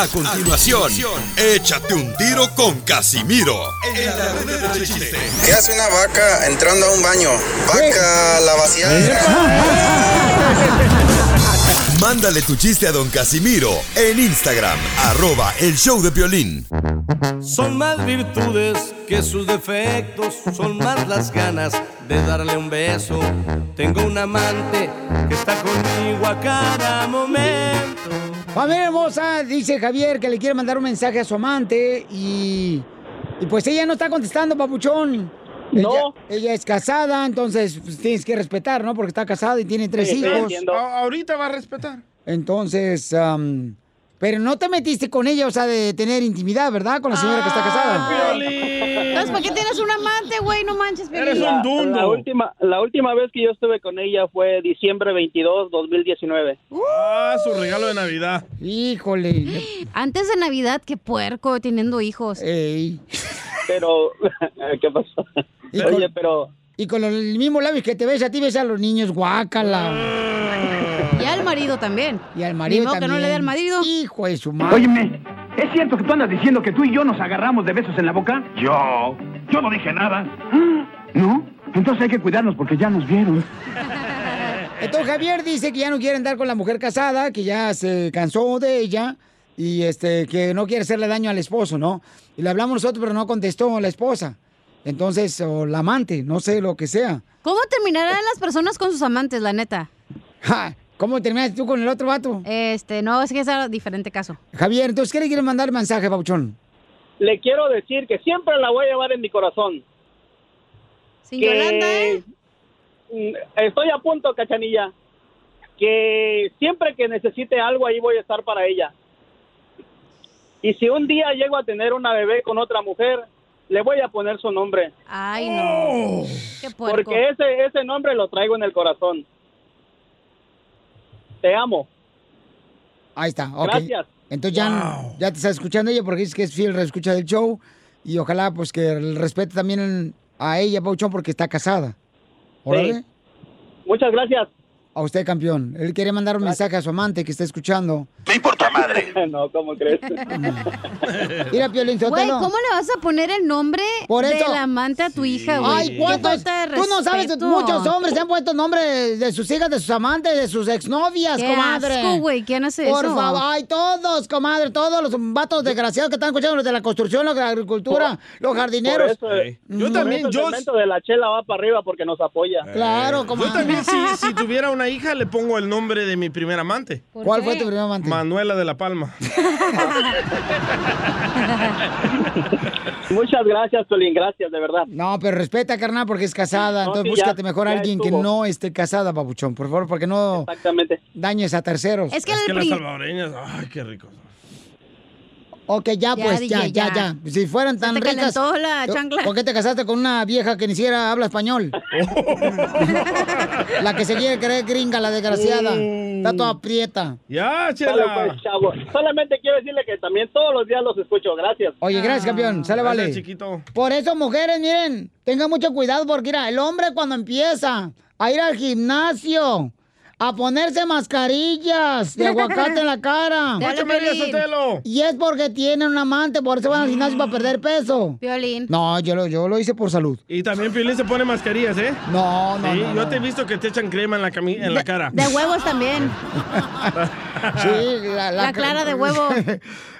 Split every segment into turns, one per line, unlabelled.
A continuación, échate un tiro con Casimiro en la red de chiste.
¿Qué hace una vaca entrando a un baño? Vaca la vaciada.
Mándale tu chiste a don Casimiro en Instagram, arroba el show de violín.
Son más virtudes que sus defectos, son más las ganas de darle un beso. Tengo un amante que está conmigo a cada momento.
Familia hermosa, dice Javier que le quiere mandar un mensaje a su amante y, y pues ella no está contestando, papuchón.
No.
Ella, ella es casada, entonces pues, tienes que respetar, ¿no? Porque está casada y tiene tres
Sí, sí,
hijos.
entiendo.
A- ahorita va a respetar.
Entonces, am, pero no te metiste con ella, o sea, de tener intimidad, ¿verdad? Con la señora
Ah.
que está casada.
Entonces, ¿para qué tienes un amante, güey? No manches, Piolín.
un
dundo.
La última, la última vez que yo estuve con ella fue diciembre 22, 2019.
Ah, su regalo de Navidad.
Híjole.
Antes de Navidad, qué puerco, teniendo hijos.
Pero, ¿qué pasó? Oye, pero...
Y con los mismos labios que te ves a ti, ves a los niños, guácala.
Y al marido también.
Y al marido
Ni modo que no
también.
le dé al marido.
Hijo de su madre.
Óyeme, ¿es cierto que tú andas diciendo que tú y yo nos agarramos de besos en la boca? Yo, yo no dije nada. ¿No? Entonces hay que cuidarnos porque ya nos vieron.
Entonces Javier dice que ya no quiere andar con la mujer casada, que ya se cansó de ella y este que no quiere hacerle daño al esposo, ¿no? Y le hablamos nosotros, pero no contestó la esposa. Entonces, o la amante, no sé lo que sea.
¿Cómo terminarán las personas con sus amantes, la neta?
Ja, ¿Cómo terminaste tú con el otro vato?
Este, no, es que es algo diferente caso.
Javier, entonces, ¿qué le quieres mandar mensaje, Pauchón?
Le quiero decir que siempre la voy a llevar en mi corazón.
Sin
Que-
Yolanda, ¿eh?
Mm, Estoy a punto, cachanilla. Que siempre que necesite algo, ahí voy a estar para ella. Y si un día llego a tener una bebé con otra mujer, le voy a poner su nombre.
Ay,
Oh.
no. Qué puerco.
Porque ese, ese nombre lo traigo en el corazón. Te amo.
Ahí está, ok.
Gracias.
Entonces ya, ya te está escuchando ella porque dice que es fiel, escucha del show. Y ojalá pues que respete también a ella, Pauchón, porque está casada. Órale.
Muchas gracias.
A usted, campeón. Él quiere mandar un mensaje a su amante que está escuchando.
no, ¿cómo crees?
Mira, Piolín Sotelo.
Güey, ¿cómo le vas a poner el nombre
Por eso.
del amante a tu hija, güey?
Ay,
Qué
¿cuántos?
falta de
Tú no sabes,
respeto.
muchos hombres se han puesto nombres de sus hijas, de sus amantes, de sus exnovias,
Qué
comadre.
asco, güey, ¿quién hace
Por
eso?
favor, ay, todos, comadre, todos los vatos desgraciados que están escuchando, los de la construcción, los de la agricultura, los jardineros.
Por eso-
eh,
eh, por eso El segmento de la chela va para arriba porque nos apoya.
Eh, Claro,
Eh, Yo también, si, si tuviera una hija, le pongo el nombre de mi primer amante.
¿Por ¿Cuál qué? fue tu
primer amante?
Manuela de la Palma.
Muchas gracias, Solín, gracias, de verdad.
No, pero respeta, carnal, porque es casada.
No,
Entonces
sí,
búscate
ya,
mejor a
ya
alguien
estuvo.
que no esté casada, babuchón, por favor, porque no dañes a terceros.
Es que
Es que las salvadoreñas, ay, qué rico.
Ok,
Ya,
ya, pues,
DJ,
ya,
ya.
ya, ya. Si fueran tan
te
ricas.
calentó la
¿por-
chancla?
¿Por qué te casaste con una vieja que ni siquiera habla español? la que se quiere creer gringa, la desgraciada. Está toda prieta.
Ya,
Dale, pues, chavo. Solamente quiero decirle que también todos los días los escucho, gracias.
Oye, gracias, campeón. Sale,
Gracias,
vale.
chiquito.
pues. Por eso, mujeres, miren, tengan mucho cuidado porque, mira, el hombre cuando empieza a ir al gimnasio, a ponerse mascarillas de aguacate en la cara.
Dale, Échame, Piolín. Elías Sotelo.
Y es porque tienen un amante, por eso van al gimnasio para perder peso.
Violín.
No, yo lo, yo lo hice por salud.
Y también Piolín se pone mascarillas, ¿eh?
No, no,
Sí, yo
no, no.
te he visto que te echan crema en la, cami- en la cara.
De huevos también.
Sí, la,
La clara de huevo.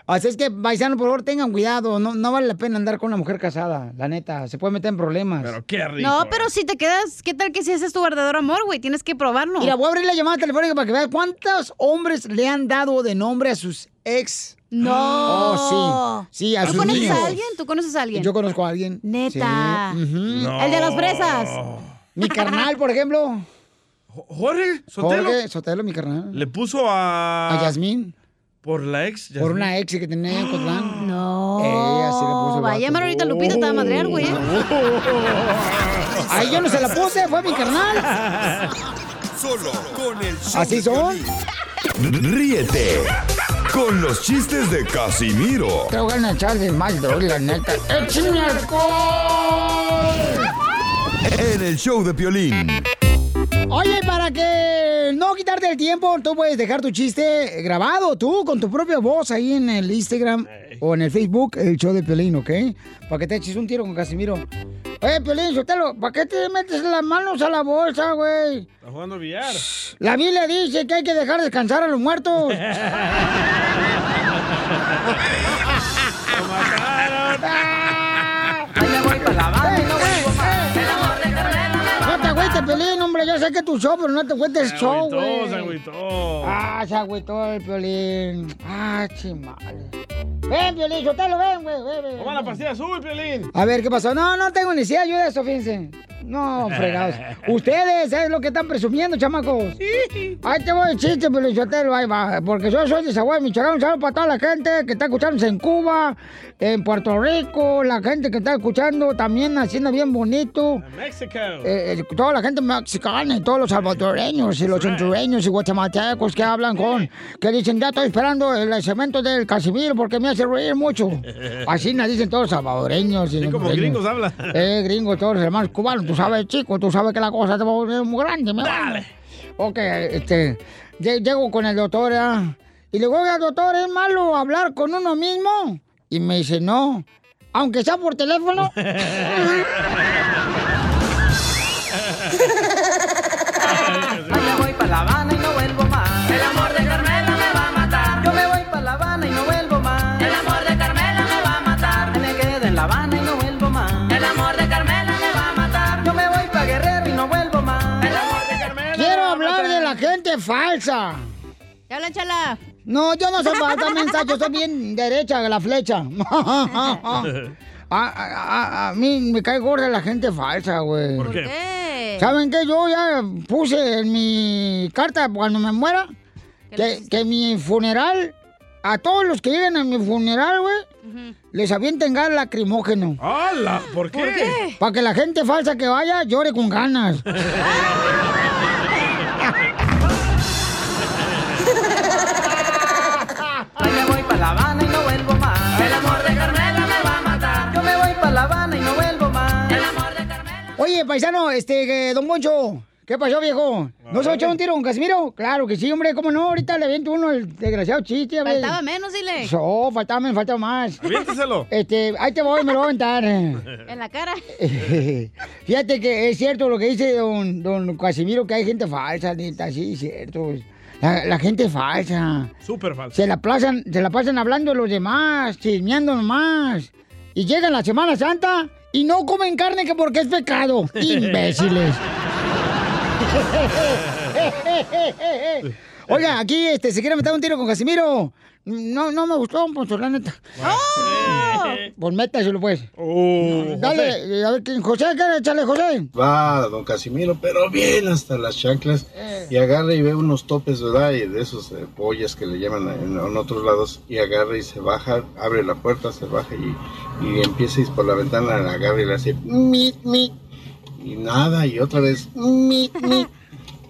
Así es que, paisano, por favor, tengan cuidado. No, no vale la pena andar con una mujer casada, la neta. Se puede meter en problemas. Pero
qué
No,
¿eh?
pero si te quedas, ¿qué tal que si ese es tu verdadero amor, güey? Tienes que probarlo.
Mira, voy a abrir la llamada telefónica para que veas cuántos hombres le han dado de nombre a sus ex.
No.
Oh, sí. Sí, a
¿Tú
sus
conoces
hijos.
a alguien? ¿Tú conoces a alguien?
Yo conozco a alguien. Mm.
Neta.
Sí. Ujú.
El
Oh.
de las fresas.
Mi carnal, por ejemplo.
Jorge Sotelo.
Jorge Sotelo, mi carnal.
Le puso a.
A Yasmín.
Por la ex.
Por una ex que tenía en Cotlán.
No.
Ella sí le puso el
va a
vato.
llamar ahorita a Lupita, te va a madrear, güey.
Ahí yo no se la puse, fue mi carnal.
Solo con el show
Así
de
son.
Ríete con los chistes de Casimiro
Tengo ganas de echar de mal, doy, la neta. ¡Échame alcohol!
en el show de Piolín.
Oye, para que no quitarte el tiempo, tú puedes dejar tu chiste grabado tú con tu propia voz ahí en el Instagram o en el Facebook, el show de Piolín, ¿ok? Para que te eches un tiro con Casimiro. Oye, Piolín, Sotelo, ¿para qué te metes las manos a la bolsa, güey?
Está jugando billar.
La Biblia dice que hay que dejar descansar a los muertos. No te agüites, Piolín, hombre, yo sé que tu show, pero no te agüites el show,
Agüitó, se
güey.
agüitó.
Ah, se agüitó el Piolín. Ah, chimal. Ven, Piolín, Sotelo, ven, güey, ven, ven.
Toma la pastilla azul, Piolín.
A ver, ¿qué pasó? No, no tengo ni idea yo de eso, fíjense. No, fregados. Ustedes es lo que están presumiendo, chamacos. Ahí te voy el chiste, Pelichotelo, ahí va. Porque yo soy de Zaguay, Michoacán. Un saludo para toda la gente que está escuchándose en Cuba, en Puerto Rico, la gente que está escuchando también haciendo bien bonito.
México.
Eh, eh, toda la gente mexicana y todos los salvadoreños y los hondureños y guatemaltecos que hablan con, que dicen, ya estoy esperando el cemento del Casimiro porque me hace reír mucho. Así nos dicen todos los salvadoreños. Y
Sí, como
hondureños.
gringos hablan.
Eh, gringos, todos los hermanos cubanos, tú sabes, chico, tú sabes que la cosa te va a volver muy grande, mi hermano. Ok, este, lle- llego con el doctor, ¿ah? y le digo, oiga, doctor, ¿es malo hablar con uno mismo? Y me dice, no, aunque sea por teléfono.
me voy para La Habana y no vuelvo más. El amor de Carmela me va a matar. Yo me voy para La Habana y no vuelvo más. El amor de Carmela me va a matar. Me quedo en La Habana y no vuelvo más. El amor de Carmela me va a matar. Yo me voy para Guerrero y no vuelvo más. El amor de Carmela.
Quiero hablar de la gente falsa.
Ya habla, chala.
No, yo no soy falsa, mensa, yo soy bien derecha de la flecha. a, a- a- a mí me cae gorda la gente falsa, güey.
¿Por qué?
¿Saben qué? Yo ya puse en mi carta cuando me muera que, que mi funeral, a todos los que lleguen a mi funeral, güey, les avienten gas lacrimógeno.
¡Hala! ¿Por qué?
Para que la gente falsa que vaya llore con ganas.
Hoy me voy para La Habana y no vuelvo más. El amor de Carmela me va a matar. Yo me voy para La Habana y no vuelvo más. El amor de
Oye, paisano, este, eh, don Moncho, ¿qué pasó, viejo? ¿No se va a echar un tiro con Casimiro? Claro que sí, hombre, ¿cómo no? Ahorita le aviento uno el desgraciado chiste. a ver.
Faltaba menos, dile.
No, faltaba menos, faltaba más.
Aviénteselo.
Este, ahí te voy, me lo voy a aventar. eh.
En la cara.
Fíjate que es cierto lo que dice don, don Casimiro, que hay gente falsa, neta, sí, es cierto. La, la gente es falsa.
Súper falso.
Se la, pasan, se la pasan hablando de los demás, chismeando nomás. Y llegan la Semana Santa y no comen carne que porque es pecado. Imbéciles. Eh,
Eh.
Oiga, aquí este, se quiere meter un tiro con Casimiro. No, no me gustó, pues, la neta. Pues métaselo, pues. Dale, eh, a ver, ¿quién? José, ¿qué? Échale, José.
va don Casimiro, pero bien hasta las chanclas y agarra y ve unos topes, ¿verdad? Y de esos eh, pollas que le llaman en, en otros lados y agarra y se baja, abre la puerta, se baja y, y empieza a ir por la ventana, agarra y le hace mi, mi y nada y otra vez mi, mi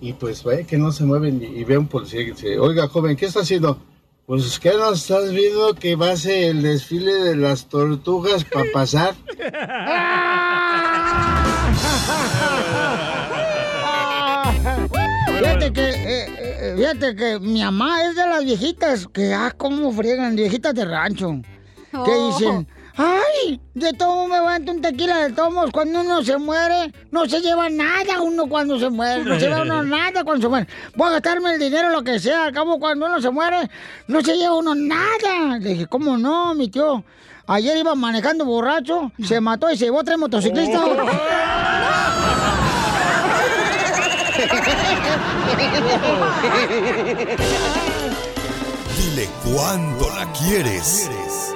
y pues ve que no se mueven y, y ve a un policía que dice, oiga joven, ¿qué está haciendo? Pues que no estás viendo que va a ser el desfile de las tortugas para pasar.
Fíjate que, eh, eh, fíjate que mi mamá es de las viejitas que, ah, cómo friegan, viejitas de rancho. Que
Oh.
dicen, ¡Ay! De todo me levanto un tequila de tomos. Cuando uno se muere, no se lleva nada uno cuando se muere. No se lleva uno nada cuando se muere. Voy a gastarme el dinero, lo que sea. Al cabo, cuando uno se muere, no se lleva uno nada. Le dije, ¿cómo no, mi tío? Ayer iba manejando borracho, se mató y se llevó tres motociclistas.
Dile cuándo la quieres.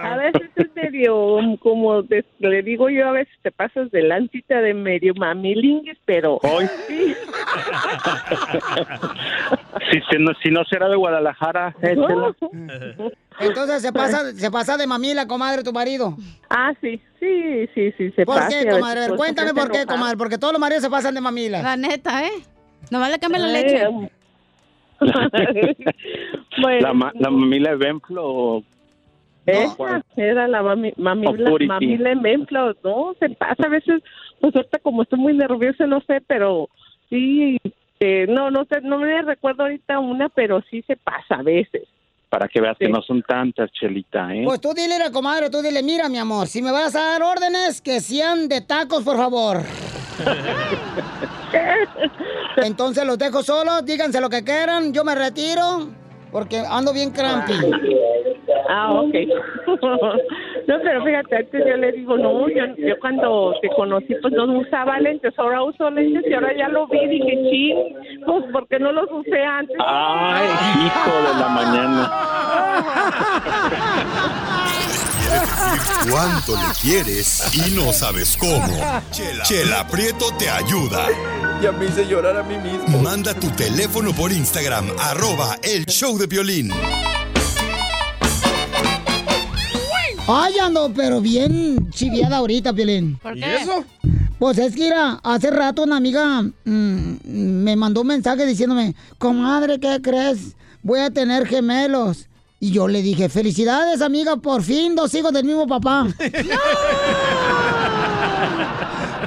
A veces es medio, mm, como de- le digo yo, a veces te pasas de lancita de medio mamilinguis, pero...
Hoy. si, se no, si no será de Guadalajara,
¿eh,
échela.
Entonces se pasa, se pasa de mamila, comadre, tu marido.
Ah, sí, sí, sí, sí, se
¿Por
pasa, a
qué,
veces,
comadre? A ver,
pues,
cuéntame
se
por qué,
enoja.
comadre, porque todos los maridos se pasan de mamila.
La neta, ¿eh? Nomás le cambian la
Ay,
leche.
am- Bueno,
La, ma- la mamila de Benflo o
Esa era la mami, mamila,
O Purity.
mamila en Memphis, no, se pasa a veces, pues ahorita como estoy muy nerviosa, no sé, pero sí, eh, no, no sé, no me recuerdo ahorita una, pero sí se pasa a veces.
para que veas que no son tantas, Chelita, ¿eh?
Pues tú dile a la comadre, tú dile, mira, mi amor, si me vas a dar órdenes, que sean de tacos, por favor. Entonces los dejo solos, díganse lo que quieran, yo me retiro, porque ando bien crampi.
Ah, ok. no, pero fíjate, antes yo le digo, no, yo, yo cuando te conocí, pues no usaba lentes, ahora uso lentes y ahora ya lo vi, dije, sí, pues porque no los usé antes.
Ay, hijo de la mañana.
¿Cuánto le quieres y no sabes cómo? Chela, Chela Prieto te ayuda. Ya me hice llorar a mí mismo. Manda tu teléfono por Instagram, arroba el show de violín.
Ay, ando, pero bien chiviada ahorita, Pielín.
¿Por qué? ¿Y eso?
Pues es que, mira, hace rato una amiga mm, me mandó un mensaje diciéndome, comadre, ¿qué crees? Voy a tener gemelos. Y yo le dije, felicidades, amiga, por fin dos hijos del mismo papá.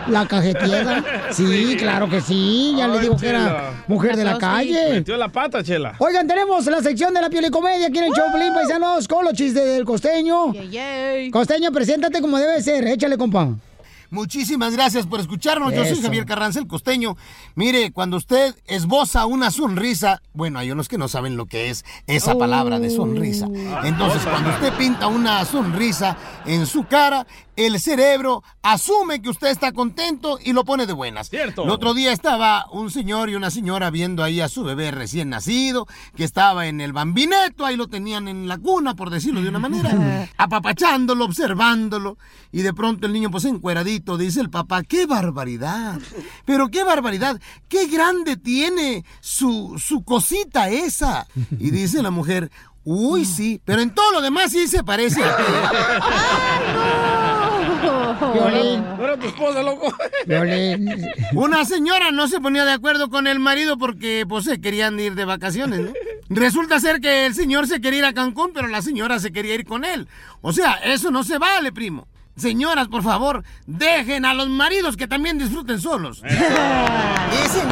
La cajeteada. Sí,
Sí.
claro que sí. Ya le
Ay,
digo que
Chela.
era mujer de la calle.
Metió la pata, Chela.
Oigan, tenemos la sección de la piolicomedia aquí en el show, Pelín, paisanos, con los chistes del costeño. Costeño, preséntate como debe ser. Échale, compa.
Muchísimas gracias por escucharnos. Yo soy
Eso.
Javier Carranza, el costeño. Mire, cuando usted esboza una sonrisa, bueno, hay unos que no saben lo que es esa palabra de sonrisa. Entonces,
cosa.
cuando usted pinta una sonrisa en su cara, el cerebro asume que usted está contento y lo pone de buenas. Cierto. El otro día estaba un señor y una señora viendo ahí a su bebé recién nacido, que estaba en el bambineto, ahí lo tenían en la cuna, por decirlo de una manera, apapachándolo, observándolo, y de pronto el niño, pues encueradito, dice el papá, qué barbaridad, pero qué barbaridad, qué grande tiene su, su cosita esa. Y dice la mujer, uy, sí, pero en todo lo demás sí se parece a
Violín.
No era tu esposa, loco.
Violín.
Una señora no se ponía de acuerdo con el marido porque, pues, se querían ir de vacaciones, ¿no? Resulta ser que el señor se quería ir a Cancún, pero la señora se quería ir con él. O sea, eso no se vale, primo. Señoras, por favor, dejen a los maridos que también disfruten solos. Dicen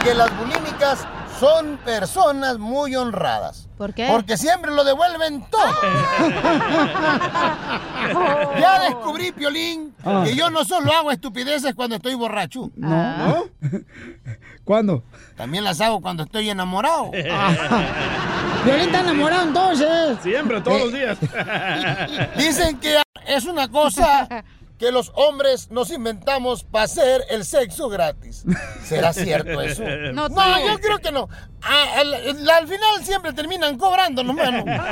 que las bulímicas son personas muy honradas.
¿Por qué?
Porque siempre lo devuelven todo. ya descubrí, Piolín,
Ah.
que yo no solo hago estupideces cuando estoy borracho.
No. ¿Cuándo?
También las hago cuando estoy enamorado.
Violín está enamorado entonces.
Siempre,
todos los
días. Eh, Dicen que es una cosa que los hombres nos inventamos para hacer el sexo gratis. ¿Será cierto eso?
No, tú.
yo creo que no. A- al, al final siempre terminan cobrándonos, mano. Correcto.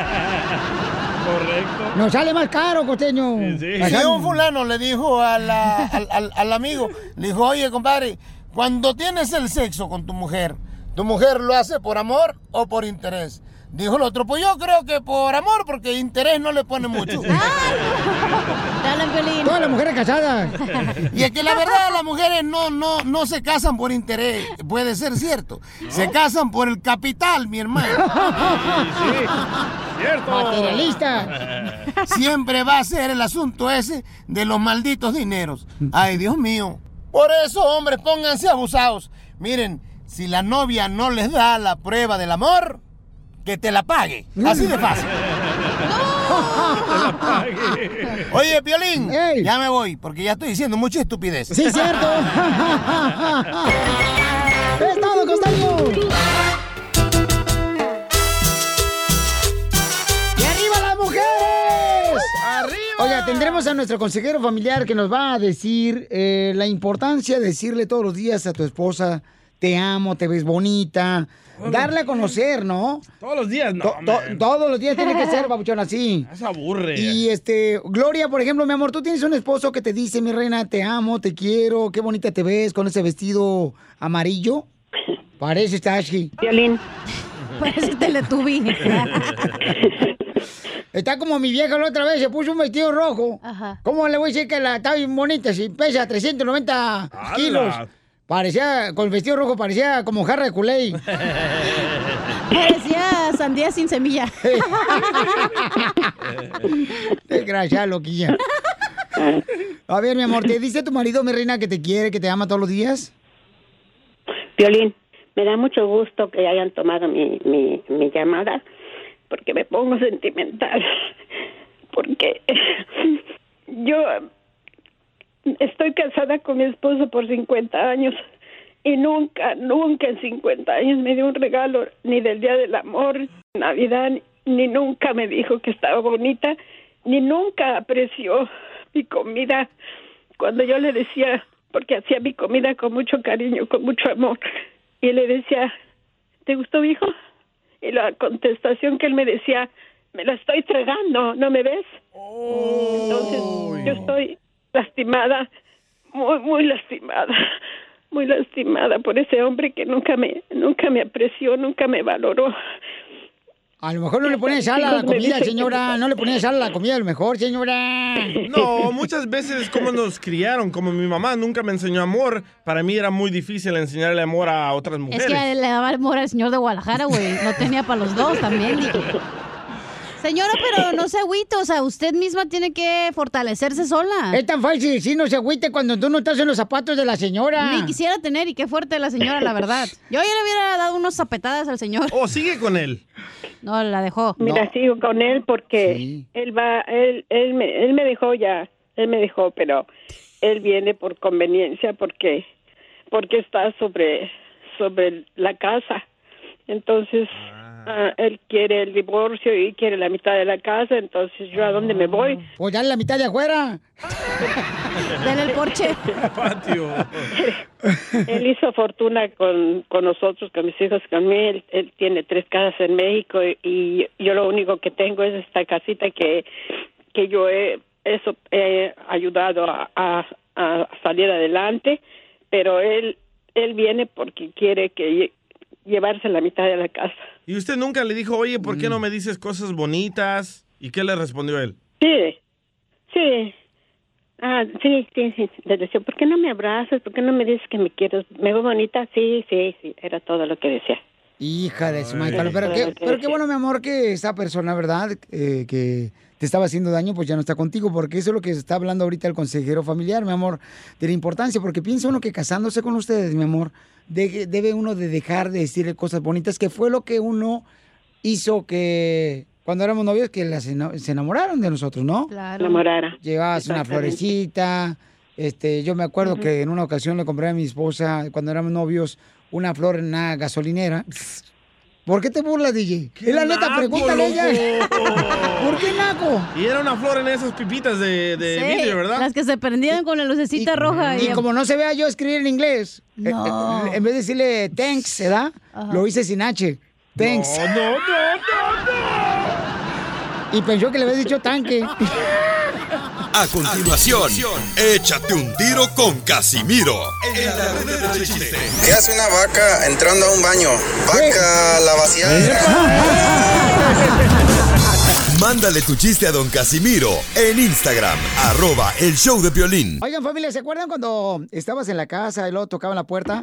Nos sale más caro, costeño.
Y un fulano le dijo a la- al, al- al amigo, le dijo, oye, compadre, cuando tienes el sexo con tu mujer, ¿tu mujer lo hace por amor o por interés? Dijo el otro, pues yo creo que por amor, porque interés no le pone mucho.
Todas las mujeres casadas.
Y es que la verdad las mujeres no, no, no se casan por interés, puede ser cierto. Se casan por el capital, mi hermano.
cierto.
Materialista. Siempre va a ser el asunto ese de los malditos dineros. Ay, Dios mío. Por eso, hombres, pónganse abusados. Miren, si la novia no les da la prueba del amor, que te la pague. Así de fácil. Oye, Piolín, ya me voy, porque ya estoy diciendo mucha estupidez.
Sí, cierto. ¡Es todo, costeño! tendremos a nuestro consejero familiar que nos va a decir eh, la importancia de decirle todos los días a tu esposa, te amo, te ves bonita, darle a conocer, ¿no?
Todos los días, no.
To- to-
man.
todos los días tiene que ser, babuchón, así.
Es aburre.
Y este, Gloria, por ejemplo, mi amor, tú tienes un esposo que te dice, mi reina, te amo, te quiero, qué bonita te ves con ese vestido amarillo. Parece Tashi. Violín. Parece Teletubby. Está como mi vieja la otra vez, se puso un vestido rojo. ¿Cómo le voy a decir que la está bien bonita si pesa 390 kilos? Parecía, con el vestido rojo parecía como jarra de culé.
Parecía sandía sin semilla.
Desgraciada, loquilla. A ver, mi amor, ¿te dice tu marido, mi reina, que te quiere, que te ama todos los días?
Violín, me da mucho gusto que hayan tomado mi, mi, mi llamada porque me pongo sentimental, porque yo estoy casada con mi esposo por 50 años y nunca, nunca en 50 años me dio un regalo ni del Día del Amor, ni Navidad, ni nunca me dijo que estaba bonita, ni nunca apreció mi comida cuando yo le decía, porque hacía mi comida con mucho cariño, con mucho amor, y le decía, ¿te gustó, hijo? Y la contestación que él me decía, me la estoy tragando, ¿no me ves? Entonces, yo estoy lastimada, muy, muy lastimada, muy lastimada por ese hombre que nunca me, nunca me apreció, nunca me valoró.
A lo mejor no le pones sal a la comida, señora. No le pones sal a la comida, a lo mejor, señora.
No, muchas veces es como nos criaron, como mi mamá nunca me enseñó amor, para mí era muy difícil enseñarle amor a otras
Es
mujeres.
que le daba amor al señor de Guadalajara, güey. No tenía para los dos también. dije. Señora, pero no se agüite, o sea, usted misma tiene que fortalecerse sola.
Es tan fácil decir no se agüite cuando tú no estás en los zapatos de la señora.
Ni quisiera tener, y qué fuerte la señora, la verdad. Yo ya le hubiera dado unos zapetadas al señor.
¿O Oh, sigue con él?
No, la dejó.
Mira, sigo con él porque él va, él, él, me, él me dejó ya, él me dejó, pero él viene por conveniencia porque, porque está sobre, sobre la casa. Entonces, ah, él quiere el divorcio y quiere la mitad de la casa, entonces yo a dónde me voy.
Pues dale la mitad de afuera.
Dale el porche.
Patio.
Él hizo fortuna con, con nosotros, con mis hijos, con mí. Él, él tiene tres casas en México y, y yo lo único que tengo es esta casita que, que yo he, eso, he ayudado a, a- a salir adelante, pero él, él viene porque quiere que lle- llevarse la mitad de la casa.
Y usted nunca le dijo, oye, ¿por
Mm.
qué no me dices cosas bonitas? ¿Y qué le respondió él?
Sí, sí. Ah, sí, sí, sí. Le decía, ¿por qué no me abrazas? ¿Por qué no me dices que me quieres? ¿Me veo bonita? Sí, sí, sí. Era todo lo que decía.
Hija de su madre. Pero, pero qué, pero qué bueno, mi amor, que esa persona, ¿verdad? Eh, que te estaba haciendo daño, pues ya no está contigo, porque eso es lo que está hablando ahorita el consejero familiar, mi amor, de la importancia, porque piensa uno que casándose con ustedes, mi amor, de- debe uno de dejar de decirle cosas bonitas, que fue lo que uno hizo que cuando éramos novios, que las eno- se enamoraron de nosotros, ¿no?
Claro. Enamorara.
Llevabas una
Exactamente.
florecita. Este, yo me acuerdo
Ujú.
que en una ocasión le compré a mi esposa, cuando éramos novios, una flor en una gasolinera. ¿Por qué te burlas, DJ? Es la neta,
naco,
pregúntale a ella.
loco!
¿Por qué naco?
Y era una flor en esas pipitas de, de
Sí,
vidrio, ¿verdad?
Las que se prendían con la lucecita roja.
Y como no se vea yo escribir en inglés,
No.
eh, eh, en vez de decirle thanks, ¿verdad?
Ajá.
Lo hice sin H. Thanks.
No, no, no,
Y pensó que le había dicho tanque.
A continuación, échate un tiro con Casimiro.
¿Qué hace una vaca entrando a un baño? Vaca, la
Mándale tu chiste a don Casimiro en Instagram, arroba el show de violín.
Oigan, familia, ¿se acuerdan cuando estabas en la casa y luego tocaban la puerta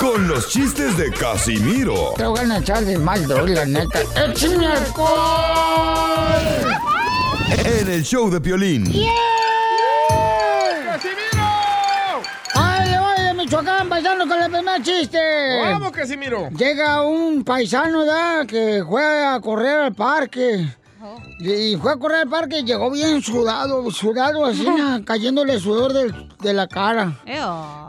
con los chistes de Casimiro
Te voy a echar de mal, doy, la neta. ¡Échame alcohol!
en el show de Piolín.
¡Ay, oye, Michoacán, paisano con el primer chiste!
Vamos, Casimiro.
Llega un paisano, ¿da? Que fue a correr al parque. Y fue a correr al parque y llegó bien sudado, sudado así, na, cayéndole sudor del- de la cara.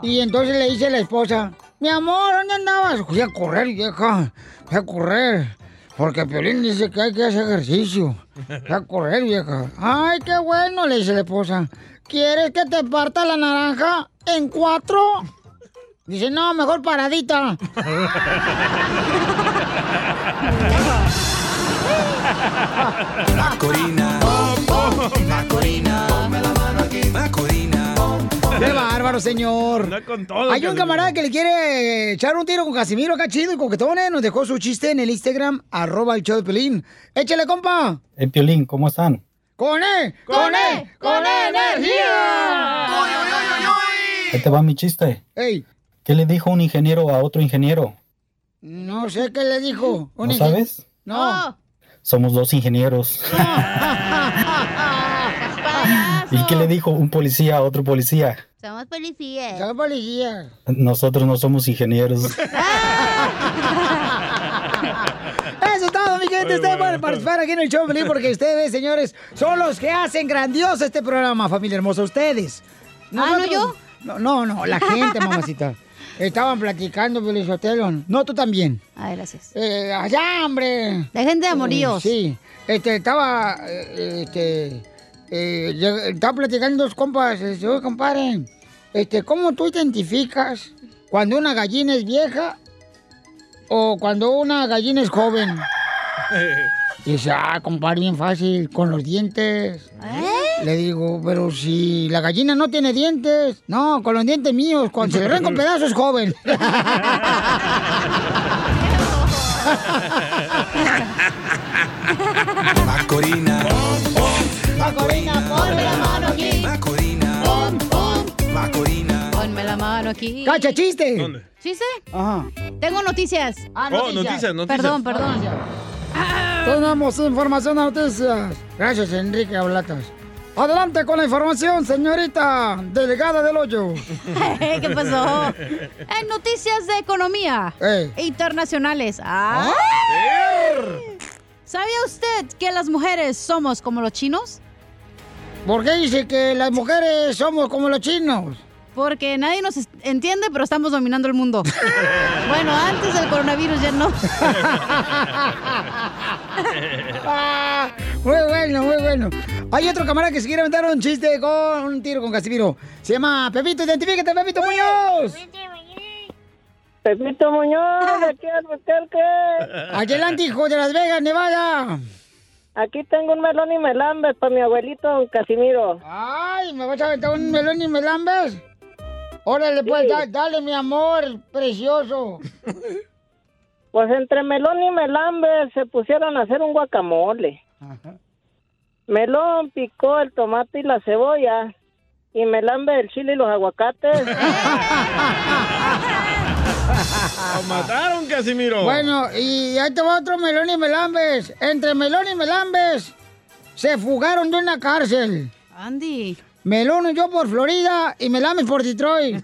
Y entonces le dice la esposa, mi amor, ¿dónde andabas? Fui a correr, vieja, fui a correr. Porque Piolín dice que hay que hacer ejercicio. Fui a correr, vieja. Ay, qué bueno, le dice la esposa. ¿Quieres que te parta la naranja en cuatro? Dice, no, mejor paradita.
Macorina, Macorina, ponme la mano aquí, Macorina.
¡Qué bárbaro, señor! Hay un
Casimiro.
camarada que le quiere echar un tiro con Casimiro, acá chido y coquetón, ¿eh? Nos dejó su chiste en el Instagram, arroba el show de Pelín. ¡Échale, compa!
El Eh, Piolín, ¿cómo están?
¡Con E! ¡Con E! ¡Con E energía!
Ahí te va mi chiste.
¡Ey!
¿Qué le dijo un ingeniero a otro ingeniero?
No sé qué le dijo.
¿No
ingen-
sabes?
No.
Somos dos ingenieros. ¿Y qué le dijo un policía a otro policía?
Somos policías.
Somos policías.
Nosotros no somos ingenieros.
Eso es todo, mi gente. Ustedes pueden participar aquí en el show, Pelín, porque ustedes, señores, son los que hacen grandioso este programa, familia hermosa. Ustedes.
Ah, ¿no yo?
No, no, no, la gente, mamacita. Estaban platicando, Pelizotelo. No, tú también.
Ay, gracias.
Eh, allá, hombre. Eh,
La gente de amoríos.
Sí. Este, estaba. eh, Este. eh, lleg- estaba platicando dos compas. Le dice, "Oye, compadre. Este, ¿cómo tú identificas cuando una gallina es vieja o cuando una gallina es joven? Y dice, ah, compadre, bien fácil, con los dientes.
¿Eh?
Le digo, pero si la gallina no tiene dientes. No, con los dientes míos, cuando se le arranca un pedazo es joven.
Macorina,
Macorina,
ponme la mano aquí. Macorina, Macorina.
Ponme la mano aquí.
¡Cacha, chiste!
¿Dónde? ¿Chiste?
Ajá.
Tengo noticias.
Ah,
Oh, noticias, noticias.
Perdón, perdón.
Tenemos información, noticias. Gracias, Enrique Ablatas. Adelante con la información, señorita delegada del hoyo. Eh,
¿Qué pasó? En noticias de economía internacionales. ¡Ah! ¿Sabía usted que las mujeres somos como los chinos?
¿Por qué dice que las mujeres somos como los chinos?
Porque nadie nos es- entiende, pero estamos dominando el mundo. bueno, antes del coronavirus ya no.
Ah, muy bueno, muy bueno. Hay otro camarada que se quiere aventar un chiste con un tiro con Casimiro. Se llama Pepito, identifícate, Pepito Muñoz.
Pepito Muñoz,
Ah.
aquí
Adelante, hijo de Las Vegas, Nevada.
Aquí tengo un melón y melambes para mi abuelito don Casimiro.
Ay, me vas a aventar un melón y melambes. Órale, pues,
Sí.
da- dale, mi amor, precioso.
Pues entre melón y melambes se pusieron a hacer un guacamole. Melón picó el tomate y la cebolla. Y melambe el chile y los aguacates.
Ah.
¡Lo mataron, Casimiro!
Bueno, y ahí te va otro melón y melambes. Entre melón y melambes se fugaron de una cárcel.
Andy.
Melón huyó por Florida y melambes por Detroit.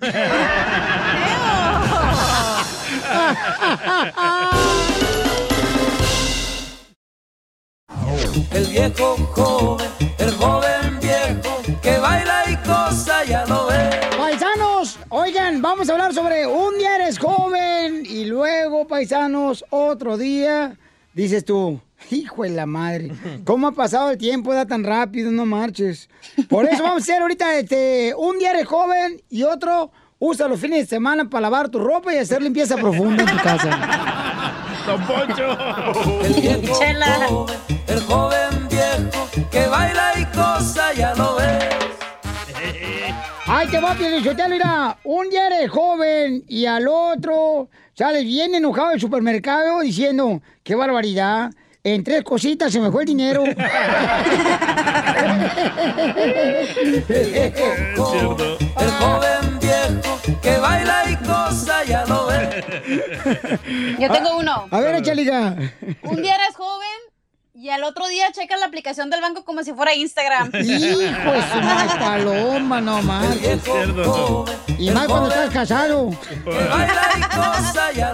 El viejo joven, el joven viejo, que baila y cosa ya lo ve.
Paisanos, oigan, vamos a hablar sobre un día eres joven y luego, paisanos, otro día, dices tú, hijo de la madre, ¿cómo ha pasado el tiempo? Da tan rápido, no marches. Por eso vamos a hacer ahorita este, un día eres joven y otro, Usa los fines de semana para lavar tu ropa y hacer limpieza profunda en tu casa.
Don Poncho. El viejo joven, el joven viejo que baila y cosa ya lo ves.
Ay, te va, Pielichotelo, mira. Un día eres joven y al otro sales bien enojado del supermercado diciendo, qué barbaridad, en tres cositas se me fue el dinero.
El joven viejo que baila y cosa ya lo ves.
Yo
Ah.
tengo uno.
A ver, Chaliga.
Un día eres joven y al otro día checas la aplicación del banco como si fuera Instagram.
Hijo de su madre, paloma, no más. Y más cuando estás casado.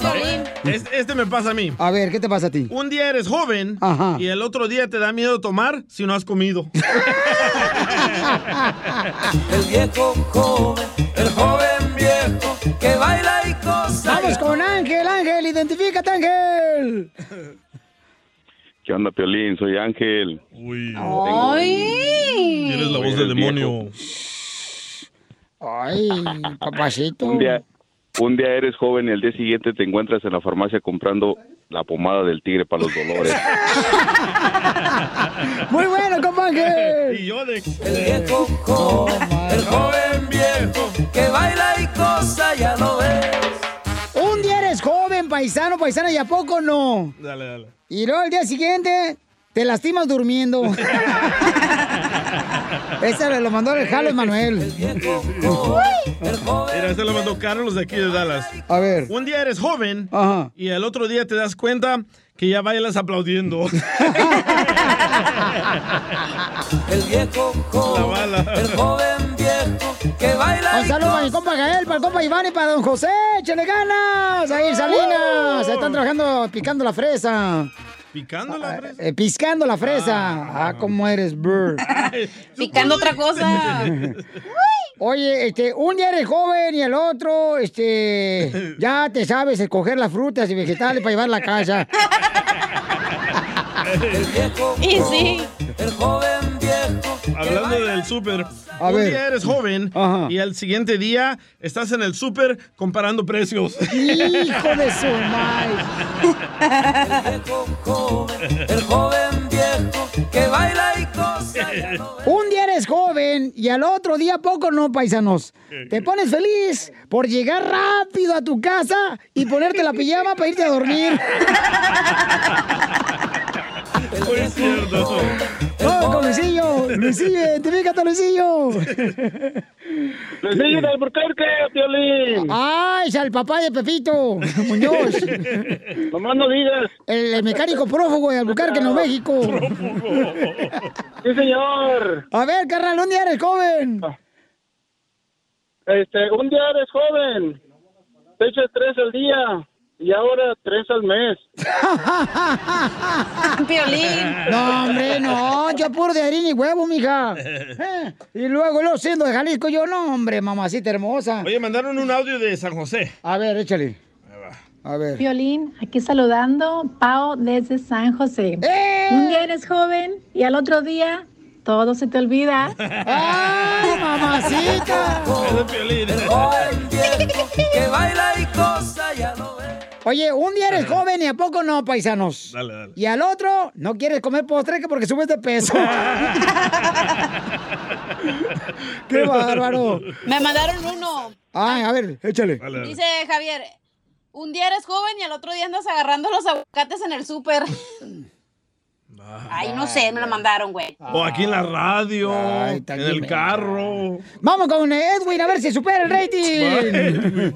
Piolín.
Es- este me pasa a mí.
A ver, ¿qué te pasa a ti?
Un día eres joven
Ajá.
y el otro día te da miedo tomar si no has comido.
El viejo joven, el joven viejo que baila y cosa.
Vamos con Ángel, Ángel, identifícate, Ángel.
¿Qué onda, Piolín? Soy Ángel. Uy.
Ay.
la voz del demonio.
Ay, papacito.
Un día, un día eres joven y al día siguiente te encuentras en la farmacia comprando la pomada del tigre para los dolores.
Muy bueno, compa Ángel.
Y yo de...
El viejo joven, el joven viejo que baila y cosa ya lo ves.
Un día eres joven, paisano, paisana, ¿y a poco no?
Dale, dale.
Y luego al día siguiente te lastimas durmiendo. Esa lo mandó el Jalo Manuel.
Mira, este lo mandó Carlos de aquí de Dallas.
A ver.
Un día eres joven
Ajá.
y el otro día te das cuenta que ya bailas aplaudiendo.
El viejo joven, el joven viejo que baila
Un saludo para mi compa Gael, para el compa Iván y para don José. ¡Échale ganas!
Uh.
Ahí en Salinas. Se están trabajando picando la fresa.
¿Picando la fresa?
Eh, piscando la fresa. Ah, cómo eres, bird.
Picando otra cosa.
Oye, este, un día eres joven y el otro, este, ya te sabes escoger las frutas y vegetales para llevar a la casa.
El viejo
Y
joven,
sí.
el joven viejo
Hablando del súper,
A
un
ver.
día eres joven y al siguiente día estás en el súper comparando precios.
Hijo de su
el joven viejo que baila y cosa ya lo
Un día eres joven y al otro día poco no, paisanos. Te pones feliz por llegar rápido a tu casa y ponerte la pijama para irte a dormir.
ves.
Vamos con Luisillo. Luisillo, identifícate, Luisillo.
Luisillo de Alburquerque, Piolín.
Ay, es el papá de Pepito, Muñoz.
Nomás no digas.
El, el mecánico prófugo de Albuquerque, Nuevo México.
Sí, señor.
A ver, carnal, un día eres joven.
Este, un día eres joven. Te echas tres al día. Y ahora tres al mes. Ah.
Piolín.
No, hombre, no. Yo puro de harina y huevo, mija. Eh, Y luego, lo siendo de Jalisco, yo no, hombre, mamacita hermosa.
Oye, mandaron un audio de San José.
A ver, échale. A ver.
Violín, aquí saludando, Pau desde San José.
¡Eh!
Un día eres joven y al otro día todo se te olvida.
¡Ay, mamacita!
El joven viejo que baila y cosa ya lo ves.
Oye, un día eres joven y a poco no, paisanos.
Dale, dale.
Y al otro, no quieres comer postre que porque subes de peso. ¡Qué bárbaro!
Me mandaron uno.
Ay, a ver, échale.
Dice Javier, un día eres joven y al otro día andas agarrando los aguacates en el súper. Ay, no sé, me lo mandaron, güey.
Ah.
O aquí en la radio, en el carro.
Vamos con Edwin a ver si supera el rating.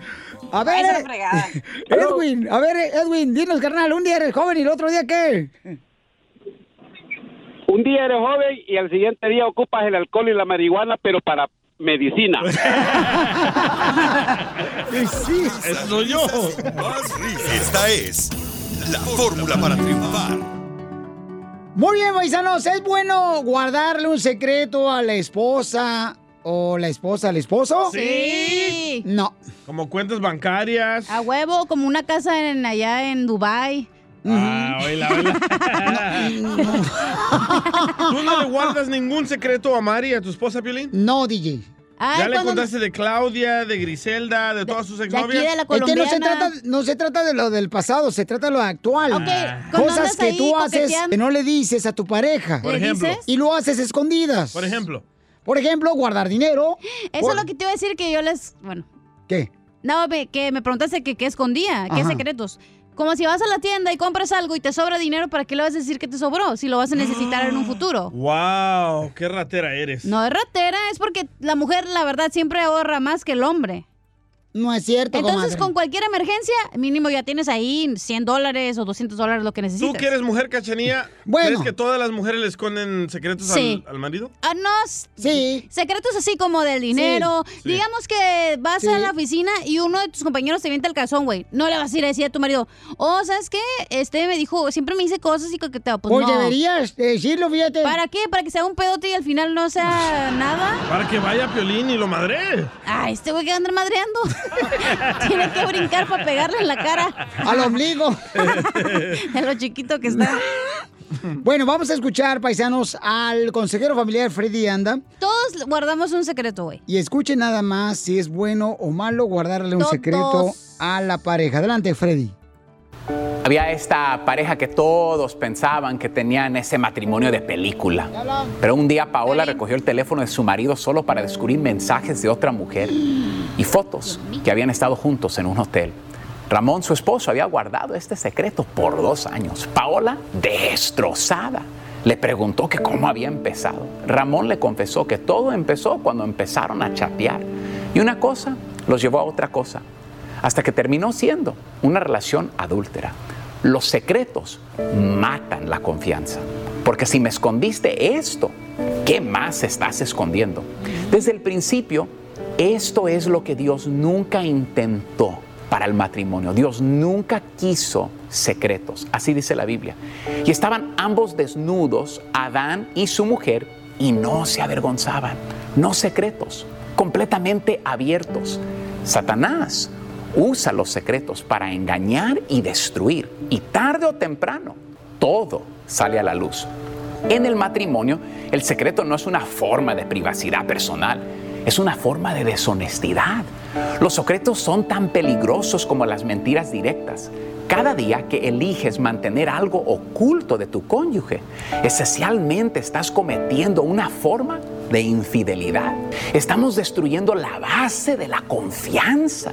A
Ay, se la
ver,
fregada.
Edwin, a ver, Edwin, dinos, carnal, un día eres joven y el otro día qué.
Un día eres joven y al siguiente día ocupas el alcohol y la marihuana, pero para medicina.
Sí.
Eso soy yo. Esta es la fórmula para triunfar.
Muy bien, paisanos, ¿es bueno guardarle un secreto a la esposa o la esposa al esposo?
Sí.
No.
Como cuentas bancarias.
A huevo, como una casa en, allá en Dubai.
Ah, oíla, oíla. Tú no le guardas ningún secreto a Mari, a tu esposa, Piolín.
No, DJ.
Ay,
ya le
cuando-
contaste de Claudia, de Griselda, de, todas sus exnovias.
Es que no se, trata, no se trata de lo del pasado, se trata de lo actual. Ah.
Ok, cuando
Cosas
andas
que
ahí
tú haces
coqueteando.
que no le dices a tu pareja.
Por ¿Le ejemplo. dices?
Y lo haces escondidas.
Por ejemplo.
Por ejemplo, guardar dinero.
Eso es lo que te iba a decir que yo les. Bueno.
¿Qué?
No, ve, que me preguntaste que qué escondía, qué
Ajá.
secretos. Como si vas a la tienda y compras algo y te sobra dinero, ¿para qué le vas a decir que te sobró? Si lo vas a necesitar
Ah.
en un futuro.
¡Wow! ¡Qué ratera eres!
No es ratera, es porque la mujer, la verdad, siempre ahorra más que el hombre.
No es cierto.
Entonces,
comadre.
con cualquier emergencia, mínimo ya tienes ahí 100 dólares o 200 dólares lo que necesitas.
¿Tú que eres mujer, cachanía? ¿Crees que todas las mujeres le esconden secretos al-
Sí.
al, marido?
Ah, no. Sí. Secretos así como del dinero.
Sí.
Digamos que vas
Sí.
a la oficina y uno de tus compañeros te vienta el calzón, güey. No le vas a ir a decir a tu marido, oh, ¿sabes qué? Este me dijo, siempre me dice cosas y coqueteo. Pues,
Pues
no.
deberías decirlo, fíjate.
¿Para qué? ¿Para que sea un pedote y al final no sea nada?
Para que vaya Piolín y lo madre.
Ay, este güey que va a andar madreando. Tiene que brincar para pegarle en la cara.
Al ombligo.
De lo chiquito que está.
Bueno, vamos a escuchar, paisanos, al consejero familiar Freddy Anda.
Todos guardamos un secreto, güey.
Y escuche nada más si es bueno o malo guardarle un
Todos.
secreto a la pareja. Adelante, Freddy.
Había esta pareja que todos pensaban que tenían ese matrimonio de película. Pero un día Paola recogió el teléfono de su marido solo para descubrir mensajes de otra mujer y fotos que habían estado juntos en un hotel. Ramón, su esposo, había guardado este secreto por dos años. Paola, destrozada, le preguntó que cómo había empezado. Ramón le confesó que todo empezó cuando empezaron a chatear. Y una cosa los llevó a otra cosa, hasta que terminó siendo una relación adúltera. Los secretos matan la confianza. Porque si me escondiste esto, ¿qué más estás escondiendo? Desde el principio, esto es lo que Dios nunca intentó para el matrimonio. Dios nunca quiso secretos, así dice la Biblia. Y estaban ambos desnudos, Adán y su mujer, y no se avergonzaban. No secretos, completamente abiertos. Satanás usa los secretos para engañar y destruir. Y tarde o temprano, todo sale a la luz. En el matrimonio, el secreto no es una forma de privacidad personal, es una forma de deshonestidad. Los secretos son tan peligrosos como las mentiras directas. Cada día que eliges mantener algo oculto de tu cónyuge, esencialmente estás cometiendo una forma de infidelidad. Estamos destruyendo la base de la confianza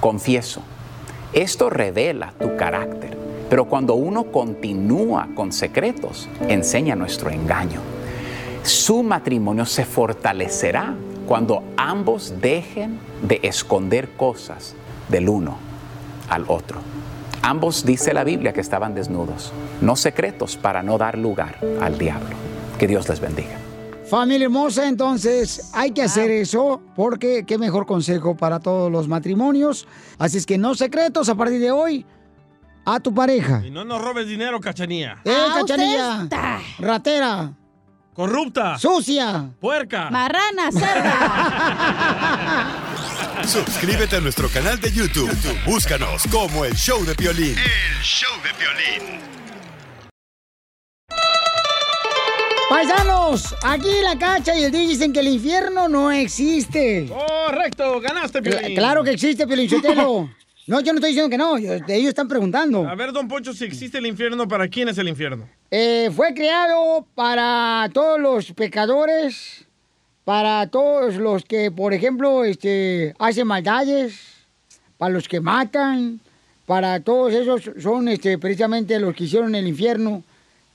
Confieso. Esto revela tu carácter, pero cuando uno continúa con secretos, enseña nuestro engaño. Su matrimonio se fortalecerá cuando ambos dejen de esconder cosas del uno al otro. Ambos dice la Biblia que estaban desnudos, no secretos para no dar lugar al diablo. Que Dios les bendiga.
Familia hermosa, entonces hay que hacer eso porque qué mejor consejo para todos los matrimonios. Así es que no secretos a partir de hoy a tu pareja.
Y no nos robes dinero, cachanía.
¡Eh, cachanilla! ¡Ratera!
¡Corrupta!
¡Sucia!
¡Puerca!
Marrana, cerda.
Suscríbete a nuestro canal de YouTube. YouTube, Búscanos como el show de Piolín. El show de Piolín.
Paisanos, aquí la cacha y el DJ dicen que el infierno no existe.
Correcto, ganaste, Piolín.
claro que existe, Piolinchotelo. No, yo no estoy diciendo que no, yo- ellos están preguntando.
A ver, don Poncho, si existe el infierno, ¿para quién es el infierno?
Eh, fue creado para todos los pecadores, para todos los que, por ejemplo, este, hacen maldades, para los que matan, para todos esos son este, precisamente los que hicieron el infierno.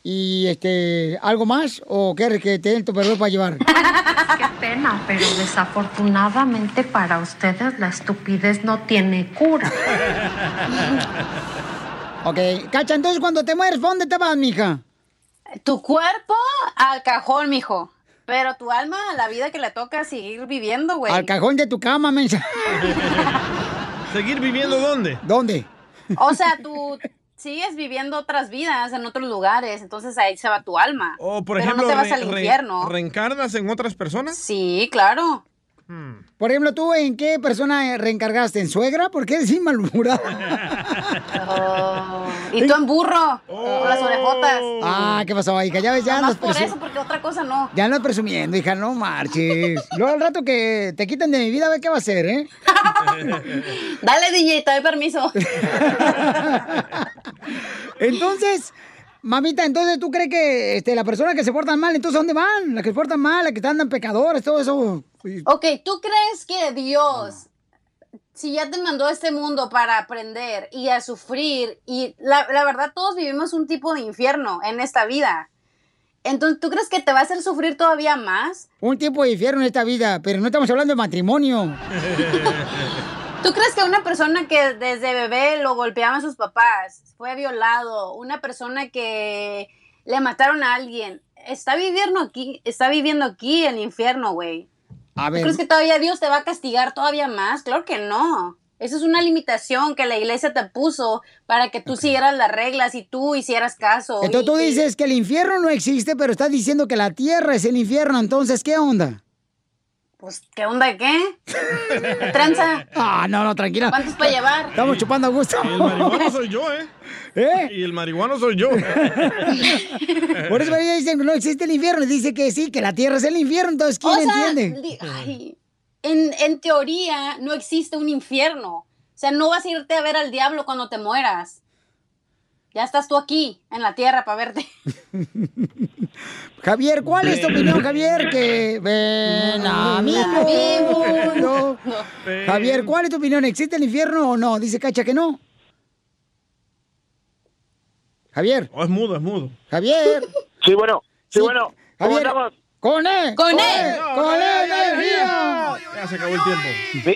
Y este, ¿algo más? ¿O quieres que te den tu perdón para llevar?
Qué pena, pero desafortunadamente para ustedes la estupidez no tiene cura.
Ok, Cacha, entonces cuando te mueres, ¿pa' ¿dónde te vas, mija?
Tu cuerpo al cajón, mijo. Pero tu alma, la vida que le toca seguir viviendo, güey.
Al cajón de tu cama, mensa.
¿Seguir viviendo dónde?
¿Dónde?
O sea, tú sigues viviendo otras vidas en otros lugares, entonces ahí se va tu alma.
O, por
Pero
ejemplo,
no te vas
re-
al
re-
infierno.
¿Reencarnas en otras personas?
Sí, claro.
Por ejemplo, ¿tú en qué persona reencargaste? ¿En suegra? ¿Por qué eres malhumorado?
Ah, Y tú en burro, con las orejotas.
Ah, ¿qué pasó, hija? Ya ves, ya
Más
andas,
por
presu-
eso, porque otra cosa no.
ya andas presumiendo, hija, no marches. Luego al rato que te quiten de mi vida, a ver qué va a hacer, ¿eh?
Dale, DJ, te doy permiso.
Entonces, mamita, entonces tú crees que este, las personas que se portan mal, entonces ¿a ¿dónde van? Las que se portan mal, las que andan pecadores, todo eso.
Ok, ¿tú crees que Dios, si ya te mandó a este mundo para aprender y a sufrir, y la, la verdad todos vivimos un tipo de infierno en esta vida, entonces ¿tú crees que te va a hacer sufrir todavía más?
Un tiempo de infierno en esta vida, pero no estamos hablando de matrimonio.
¿Tú crees que una persona que desde bebé lo golpeaban sus papás, fue violado, una persona que le mataron a alguien, está viviendo aquí, está viviendo aquí el infierno, güey?
A
¿Tú
ver.
crees que todavía Dios te va a castigar todavía más? Claro que no. Esa es una limitación que la iglesia te puso para que tú siguieras las reglas y tú hicieras caso.
Entonces tú
Y- y-
dices que el infierno no existe, pero estás diciendo que la tierra es el infierno, entonces ¿qué onda?
Pues, ¿qué onda qué? Tranza.
Ah, no, no, tranquila.
¿Cuántos para llevar?
Estamos chupando a gusto.
El marihuano soy yo, ¿eh? Y el marihuano soy yo.
Por eso ellos dicen que no existe el infierno, dice que sí, que la tierra es el infierno, entonces ¿quién
O sea,
entiende?
di- ay, en, en teoría no existe un infierno. O sea, no vas a irte a ver al diablo cuando te mueras. Ya estás tú aquí, en la tierra, para verte.
Javier, ¿cuál es tu opinión, Javier? Que ven a mi
A mi
mundo. Javier, ¿cuál es tu opinión? ¿Existe el infierno o no? Dice Cacha que no. Javier.
Oh, es mudo, es mudo.
Javier.
Sí, bueno.
Sí, bueno.
¿Cómo
Javier.
andamos?
Con él.
Con
él. Con él, energía.
Ya se acabó el tiempo.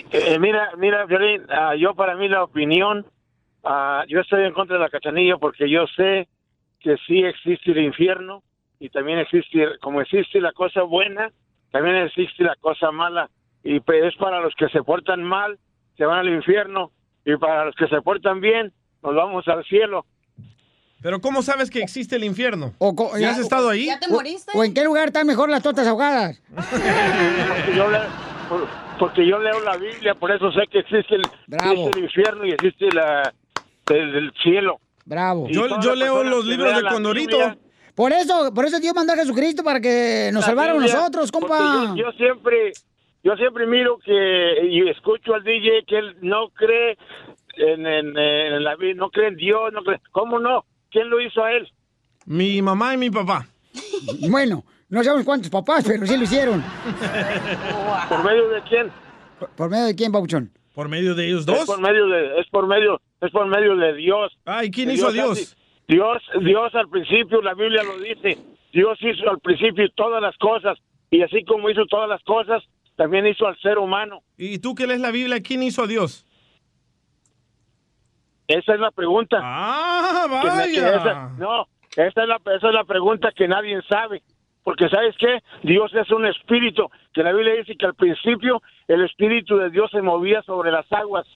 Mi- eh, mira, mira, Violín, ah, yo para mí la opinión, ah, yo estoy en contra de la cachanilla porque yo sé que sí existe el infierno y también existe, como existe la cosa buena, también existe la cosa mala. Y pues es para los que se portan mal, se van al infierno, y para los que se portan bien, nos vamos al cielo.
Pero ¿cómo sabes que existe el infierno?
co-
¿Ya, has estado ahí?
O- ¿O en qué lugar están mejor las tortas ahogadas?
Porque yo, le- por- porque yo leo la Biblia, por eso sé que existe el, existe el infierno y existe la, el, el cielo.
Bravo.
Y Yo- todas yo las leo personas los que libros lean de la Condorito. Biblia-
Por eso, por eso Dios mandó a Jesucristo para que nos
La
salvaron
Biblia,
nosotros,
porque
compa.
Yo, yo siempre, yo siempre miro que y escucho al DJ que él no cree en, en- en la Biblia, no cree en Dios, no cree. ¿Cómo no? ¿Quién lo hizo a él?
Mi mamá y mi papá.
Bueno, no sabemos cuántos papás, pero sí lo hicieron.
¿Por medio de quién?
¿Por, por medio de quién, Pauchón?
¿Por medio de ellos
Es por medio de, es por medio, es por medio de Dios.
Ay, ¿quién hizo a Dios?
Dios, Dios al principio, la Biblia lo dice. Dios hizo al principio todas las cosas y así como hizo todas las cosas, también hizo al ser humano.
¿Y tú que lees la Biblia, quién hizo a Dios?
Esa es la pregunta.
Ah,
Que na- que
vaya.
esa- no, esa es, la, esa es la pregunta que nadie sabe. Porque ¿sabes qué? Dios es un espíritu. Que la Biblia dice que al principio el espíritu de Dios se movía sobre las aguas.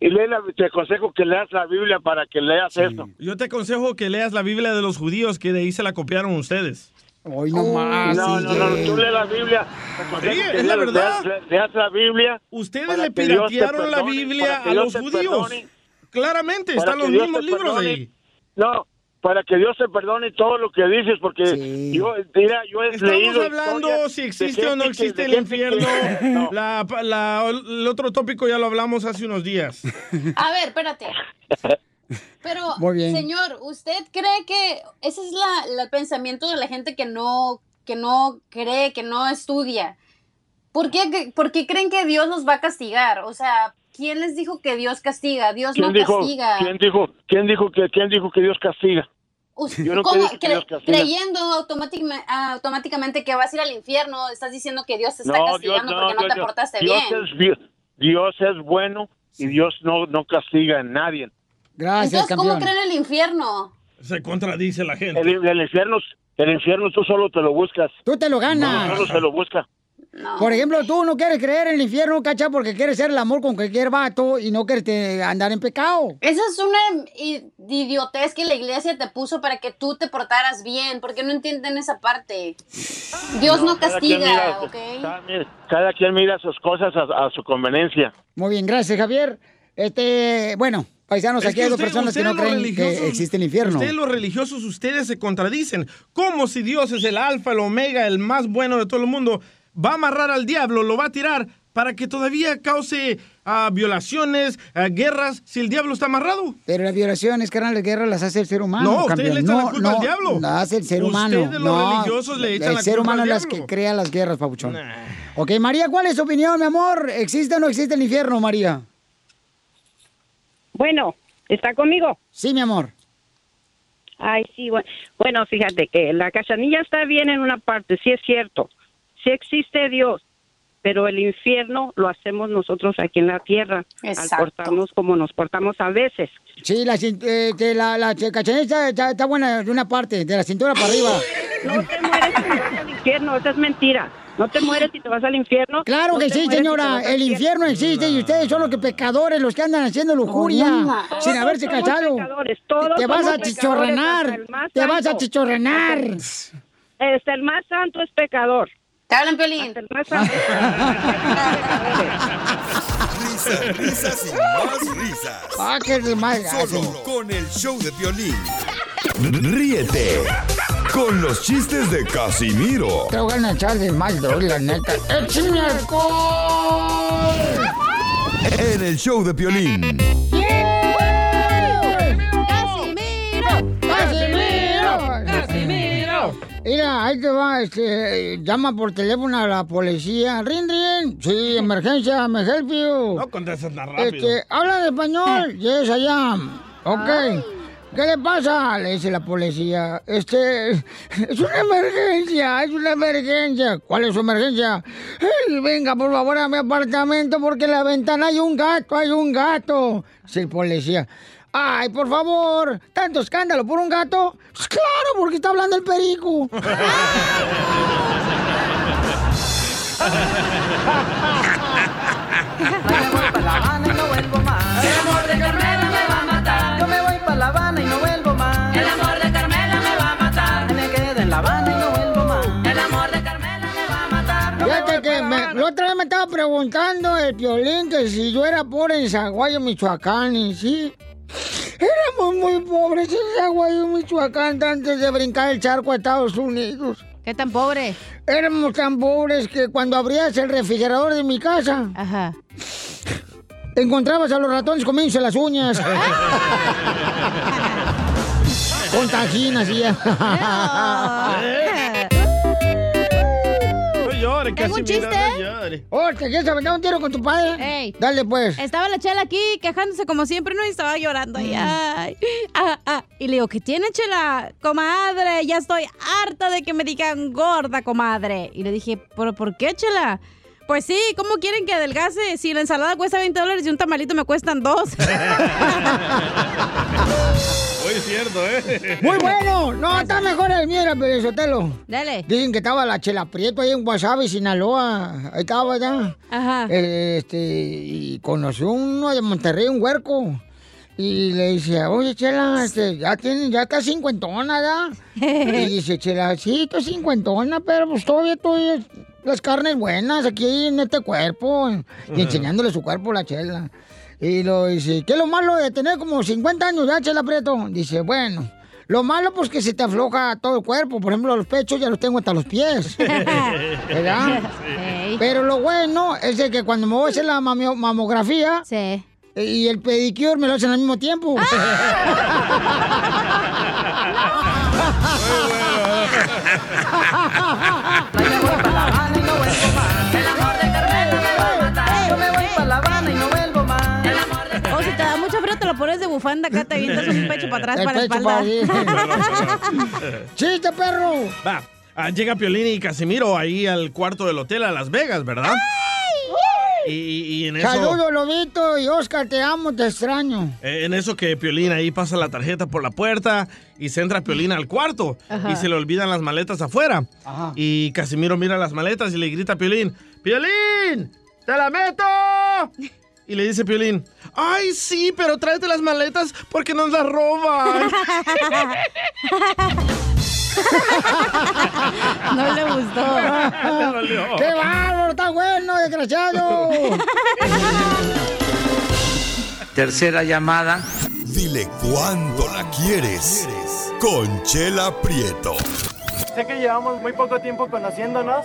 Y lee la- te aconsejo que leas la Biblia para que leas eso.
Yo te aconsejo que leas la Biblia de los judíos, que de ahí se la copiaron ustedes.
Hoy
no más, No, no, no, tú lees la Biblia. Te aconsejo
Sí,
que
es la
leas-
verdad.
Leas, leas la Biblia.
Ustedes
para
le
que Dios te
piratearon la
perdone,
Biblia
para que
a
Dios
los
te
judíos.
perdone.
Claramente,
Para
están
que
los
Dios
mismos
te
libros
perdone.
ahí.
No, para que Dios te perdone todo lo que dices, porque yo, mira, yo he
Estamos
leído
hablando
historias
si
de
existe o no
gente que-
existe
de
el
gente que-
infierno.
No.
La- la- el otro tópico ya lo hablamos hace unos días.
A ver, espérate. Pero,
Muy bien.
señor, ¿usted cree que ese es la, la- el pensamiento de la gente que no
que no cree, que no estudia. ¿Por qué, por qué creen que Dios los va a castigar? O sea, ¿quién les dijo que Dios castiga? Dios
¿Quién
no
dijo,
castiga.
¿Quién dijo, quién dijo que, quién dijo que Dios castiga?
Us-
Yo no
¿cómo?
creo que
Cre-
Dios castiga.
creyendo automáticamente, automáticamente que vas a ir al infierno, estás diciendo que Dios te está castigando porque no te portaste
Dios
bien.
es bi- Dios es bueno y Dios no, no castiga a nadie.
Gracias,
Entonces, ¿cómo creen el infierno?
Se contradice la gente. El, el infierno, el infierno tú solo te lo buscas.
Tú te lo ganas.
No, solo se lo busca.
Por ejemplo, tú no quieres creer en el infierno, cacha, porque quieres ser el amor con cualquier vato y no quieres eh, andar en pecado.
Esa es una i- idiotez que la iglesia te puso para que tú te portaras bien, porque no entienden esa parte. Dios no,
cada quien
castiga,
mira-
¿ok?
cada, cada quien mira sus cosas a, a su conveniencia.
Muy bien, gracias, Javier. Este, bueno, paisanos,
Es
aquí
que
hay dos
usted-
personas que
ustedes
no
los
creen
religiosos-
que existe el infierno.
Ustedes los religiosos, ustedes se contradicen. Como si Dios es el alfa, el omega, el más bueno de todo el mundo? Va a amarrar al diablo, lo va a tirar para que todavía cause ah, violaciones, ah, guerras, si el diablo está amarrado.
Pero las violaciones, carnal, las guerras las hace el ser humano.
No, ustedes
campeón.
le echan la
No,
culpa
no,
al diablo.
Las hace el ser
Ustedes,
humano.
los
no,
religiosos, le echan la
El ser
culpa
humano
al
es las
diablo.
que crea las guerras, papuchón. Ok, María, ¿cuál es tu opinión, mi amor? ¿Existe o no existe el infierno, María?
Bueno, ¿está conmigo?
Sí, mi amor.
Ay, sí, bueno, bueno, fíjate que la cachanilla está bien en una parte, sí es cierto, sí existe Dios, pero el infierno lo hacemos nosotros aquí en la tierra,
Exacto.
al portarnos como nos portamos a veces.
Sí, la, cin- eh, que la, la ch- cachanilla está, está- está buena de una parte, de la cintura para arriba.
No te mueres si te vas al infierno, esa es mentira. No te mueres si te vas al infierno.
Claro
No
que
te
sí,
mueres si te
señora.
vas al
El infierno existe y ustedes son los que pecadores, los que andan haciendo lujuria
Hola.
sin haberse
Todos somos
cachado.
pecadores, todos
Te vas
somos
a
pecadores, hasta
chichorrenar.
el más
Te vas a
santo.
chichorrenar.
Este, el más santo es pecador.
Te hablan, Piolín.
El más santo es
Risas, risas y más risas.
Ah, qué mal.
Solo con el show de violín. Ríete con los chistes de Casimiro
Te voy a echar de mal, doy, la neta.
¡Eh,
¡Échame alcohol!
en el show de violín.
¡Casimiro! ¡Casimiro!
¡Casimiro!
Mira, ahí te va, este, llama por teléfono a la policía. ¡Rin, rin! Sí, emergencia, me help you.
No contestas tan rápido.
Este, habla en español. Yes, I am. Ok. ¿Qué le pasa? Le dice la policía. Este, es una emergencia, es una emergencia. ¿Cuál es su emergencia? "Ey, venga, por favor, a mi apartamento porque en la ventana hay un gato, hay un gato. Dice el policía. Ay, por favor, tanto escándalo por un gato. "Pues claro, porque está hablando el perico.
El amor de Carmela me va a matar. Yo me voy para La Habana y no vuelvo más. El amor de Carmela me va a matar. Me quedo en La Habana y no vuelvo más. El amor de Carmela.
Fíjate que me, la otra vez me estaba preguntando el violín que si yo era pobre en Zaguayo, Michoacán, y sí. Éramos muy pobres en Zaguayo, Michoacán, antes de brincar el charco a Estados Unidos. ¿Qué tan pobre? Éramos tan pobres que cuando abrías el refrigerador de mi casa, Ajá. encontrabas a los ratones comiéndose las uñas. Con tajinas y ya.
No llores,
¿Tengo un
Casimiro,
chiste?
no llores.
Oh, ¿te quieres aventar un tiro con tu padre? Dale, pues.
Estaba la chela aquí quejándose como siempre, ¿no? Y estaba llorando. Y, ay, ah, ah. y le digo, ¿qué tiene chela? Comadre, ya estoy harta de que me digan gorda, comadre. Y le dije, ¿pero por qué chela? Pues sí, ¿cómo quieren que adelgace? Si la ensalada cuesta 20 dólares y un tamalito me cuestan dos.
Hoy es cierto, ¿eh?
Muy bueno. No, está mejor el mío, pero Sotelo.
Dale.
Dicen que estaba la Chela Prieto ahí en Guasave, Sinaloa. Ahí estaba ya.
Ajá.
este, y conoció uno de Monterrey, un huerco. Y le dice, oye, Chela, este, ya, tiene, ya está cincuentona, ¿ya? Y dice, Chela, sí, estoy cincuentona, pero pues todavía estoy las carnes buenas aquí en este cuerpo. Y enseñándole su cuerpo a la Chela. Y lo dice, ¿qué es lo malo de tener como 50 años ya, Chela Prieto? Dice, bueno, lo malo pues que se te afloja todo el cuerpo. Por ejemplo, los pechos ya los tengo hasta los pies. ¿Verdad? Pero lo bueno es de que cuando me voy a hacer la mamio- mamografía y el pedicure me lo hacen al mismo tiempo.
Yo me voy para La Habana y no vuelvo más. O Oh, si te da mucho frío, te lo pones de bufanda acá, te avientas un pecho para atrás,
El
para la
pecho
espalda.
¡Chiste, perro!
Va. ah, llega Piolín y Casimiro ahí al cuarto del hotel a Las Vegas, ¿verdad? Y, y en eso.
Saludos, Lobito y Oscar, te amo, te extraño.
Eh, En eso que Piolín ahí pasa la tarjeta por la puerta y se entra Piolín al cuarto
Ajá.
y se le olvidan las maletas afuera. Y Casimiro mira las maletas y le grita a Piolín, ¡Piolín! ¡Te la meto! Y le dice Piolín, ¡Ay, sí, pero tráete las maletas porque nos las roban!
No le gustó.
¡Qué bárbaro! ¡Está bueno, desgraciado!
Tercera llamada.
Dile cuándo la quieres. Conchela Prieto.
Sé que llevamos muy poco tiempo conociéndonos.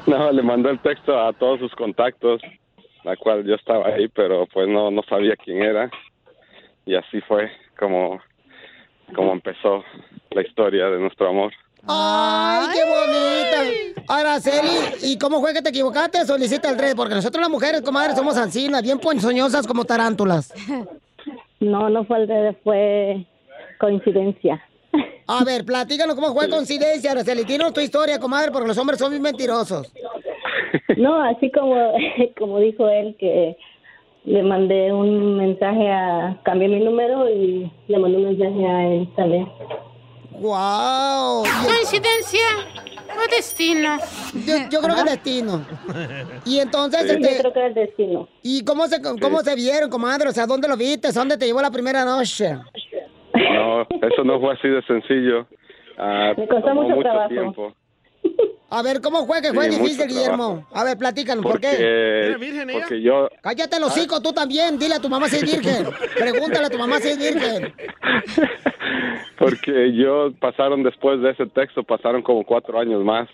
no, le mandó el texto a todos sus contactos, la cual yo estaba ahí, pero pues no, no sabía quién era. Y así fue como, como empezó la historia de nuestro amor.
¡Ay, qué bonita! Araceli, ¿y cómo fue que te equivocaste? Solicita el 3, porque nosotros las mujeres, comadre, somos ancinas, bien ponzoñosas como tarántulas.
No, no fue al revés, fue coincidencia.
A ver, platícanos cómo fue coincidencia, Araceli. Dinos tu historia, comadre, porque los hombres son bien mentirosos.
No, así como, como dijo él que le mandé un mensaje a... Cambié mi número y le mandé un mensaje a él también.
¡Wow!
¿Coincidencia o destino?
Yo, yo creo que destino. Y entonces,
Sí, yo creo
que destino. ¿Y cómo se, cómo se vieron, comadre? O sea, ¿dónde lo viste? ¿A ¿Dónde te llevó la primera noche?
No, eso no fue así de sencillo. Ah,
Me costó
tomó
mucho trabajo.
tiempo.
A ver, ¿cómo fue que fue
Sí,
difícil,
mucho
Guillermo? A ver, platícanos, ¿por
Porque,
qué?
porque yo
Cállate los hocico, tú también. Dile a tu mamá si es virgen. Pregúntale a tu mamá si es virgen.
Porque yo pasaron después de ese texto, pasaron como cuatro años más.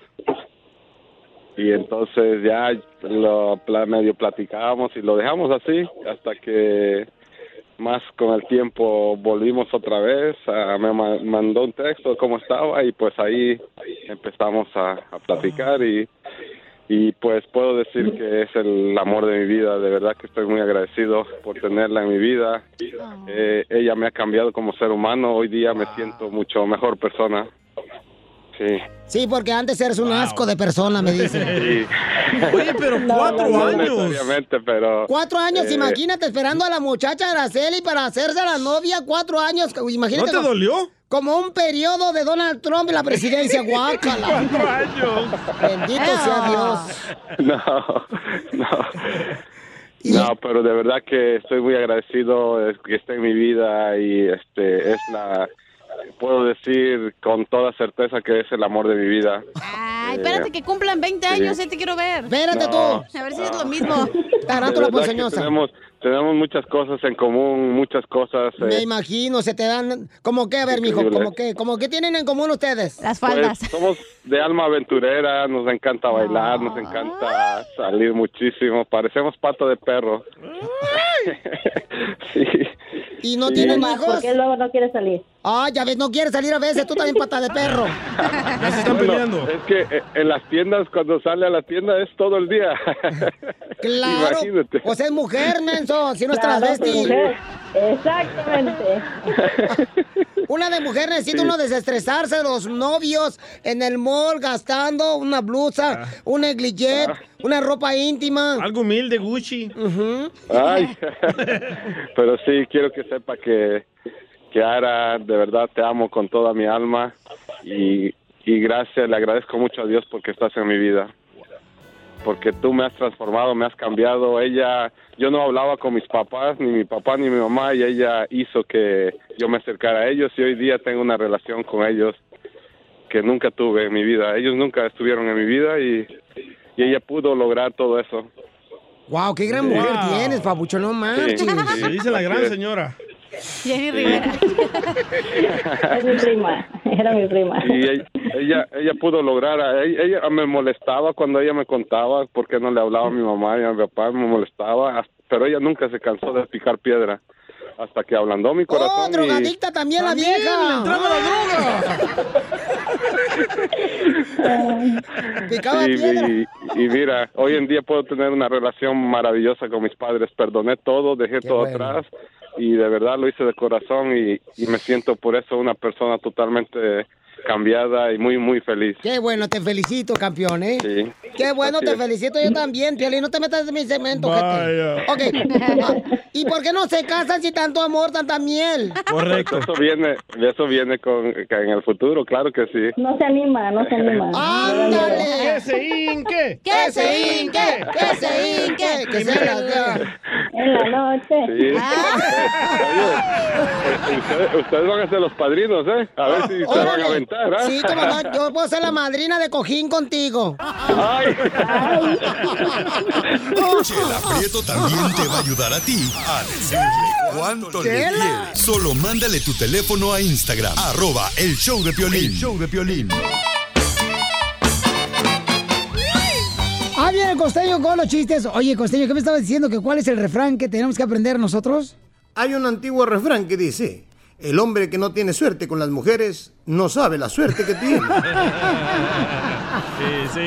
Y entonces ya lo pla- medio platicábamos y lo dejamos así hasta que más con el tiempo volvimos otra vez. ah, me ma- mandó un texto de cómo estaba y pues ahí empezamos a, a platicar y, y pues puedo decir que es el amor de mi vida. De verdad que estoy muy agradecido por tenerla en mi vida. Eh, ella me ha cambiado como ser humano. Hoy día me siento mucho mejor persona. Sí.
Sí, porque antes eres un asco de persona, me dicen.
Sí.
Oye, pero
cuatro años.
Obviamente, pero.
Cuatro años,
eh,
imagínate, esperando a la muchacha Araceli para hacerse la novia, cuatro años. Imagínate
¿No te
como-
dolió?
Como un periodo de Donald Trump en la presidencia, guácala.
Cuatro años. Ah.
Bendito sea Dios.
No, no. No, pero de verdad que estoy muy agradecido eh, que esté en mi vida y este es la puedo decir con toda certeza que es el amor de mi vida. Eh,
Ay, espérate que cumplan 20
Sí.
años, ya te quiero ver.
Espérate No,
A ver si es lo mismo.
Tarántula
De verdad que
ponzoñosa.
Tenemos tenemos muchas cosas en común, muchas cosas. eh,
Me imagino, se te dan. ¿Cómo qué? A ver, mijo,
Increíble.
¿cómo qué? ¿Cómo qué tienen en común ustedes? Las
pues, somos de alma aventurera, nos encanta bailar, nos encanta salir muchísimo, parecemos pato de perro.
Pues, ¿Y no
Sí.
tienen
Nomás,
hijos?
¿por qué
luego no quiere salir? Ah, ya ves, no quiere salir a veces. Tú también pata de perro.
Bueno, Es que eh, en las tiendas, cuando sale a la tienda, es todo el día.
Claro.
Imagínate.
O sea, es mujer, menso. Si no es
Claro,
transvesti.
soy mujer.
Exactamente. Una de mujer necesita
Sí.
uno desestresarse de los novios en el mall gastando una
Ah.
blusa, un negligé, una ropa íntima.
Algo humilde, Gucci.
Ay. Pero sí, quiero que sepa que, que Ara, de verdad te amo con toda mi alma y, y gracias, le agradezco mucho a Dios porque estás en mi vida. Porque tú me has transformado, me has cambiado. Ella, yo no hablaba con mis papás, ni mi papá ni mi mamá, y ella hizo que yo me acercara a ellos y hoy día tengo una relación con ellos que nunca tuve en mi vida. Ellos nunca estuvieron en mi vida y, y ella pudo lograr todo eso.
Wow, qué gran mujer tienes, papucho, no marches.
Sí, sí.
Dice la gran señora.
Jenny Rivera.
Es mi prima, era mi prima.
y ella, ella, ella pudo lograr, a- ella, ella me molestaba cuando ella me contaba por qué no le hablaba a mi mamá y a mi papá, me molestaba, hasta- pero ella nunca se cansó de picar piedra, hasta que ablandó mi
¡Oh,
corazón y,
drogadicta también la vieja! ¡Entraba la droga! Picaba
y-
piedra.
y- y mira, hoy en día puedo tener una relación maravillosa con mis padres, perdoné todo, dejé todo
bueno.
atrás y de verdad lo hice de corazón y, y me siento por eso una persona totalmente cambiada y muy, muy feliz.
Qué bueno, te felicito, campeón, ¿eh?
Sí.
Qué bueno,
Así
te
es.
felicito yo también, Piolín. No te metas en mi cemento,
Vaya.
gente. Ok. Ah, ¿Y por qué no se casan si tanto amor, tanta miel?
Correcto. Eso viene, eso viene con, que en el futuro, claro que sí.
No se anima, no se anima.
¡Ándale!
¡Que se hinque!
¡Que se hinque! ¡Que se hinque! ¡Que se la dé!
En la noche.
Sí. Oye, ustedes, Eh, ustedes van a ser los padrinos, ¿eh? A ver si se van a aventar, ¿ah?
Sí, como no, yo puedo ser la madrina de cojín contigo.
Chela Prieto también te va a ayudar a ti a decirle cuánto le Chela. quieres. Solo mándale tu teléfono a Instagram, arroba el show de Piolín. show de Piolín.
Ah, bien, el costeño con los chistes. Oye, costeño, ¿qué me estabas diciendo? ¿Que ¿Cuál es el refrán que tenemos que aprender nosotros?
Hay un antiguo refrán que dice, el hombre que no tiene suerte con las mujeres no sabe la suerte que tiene.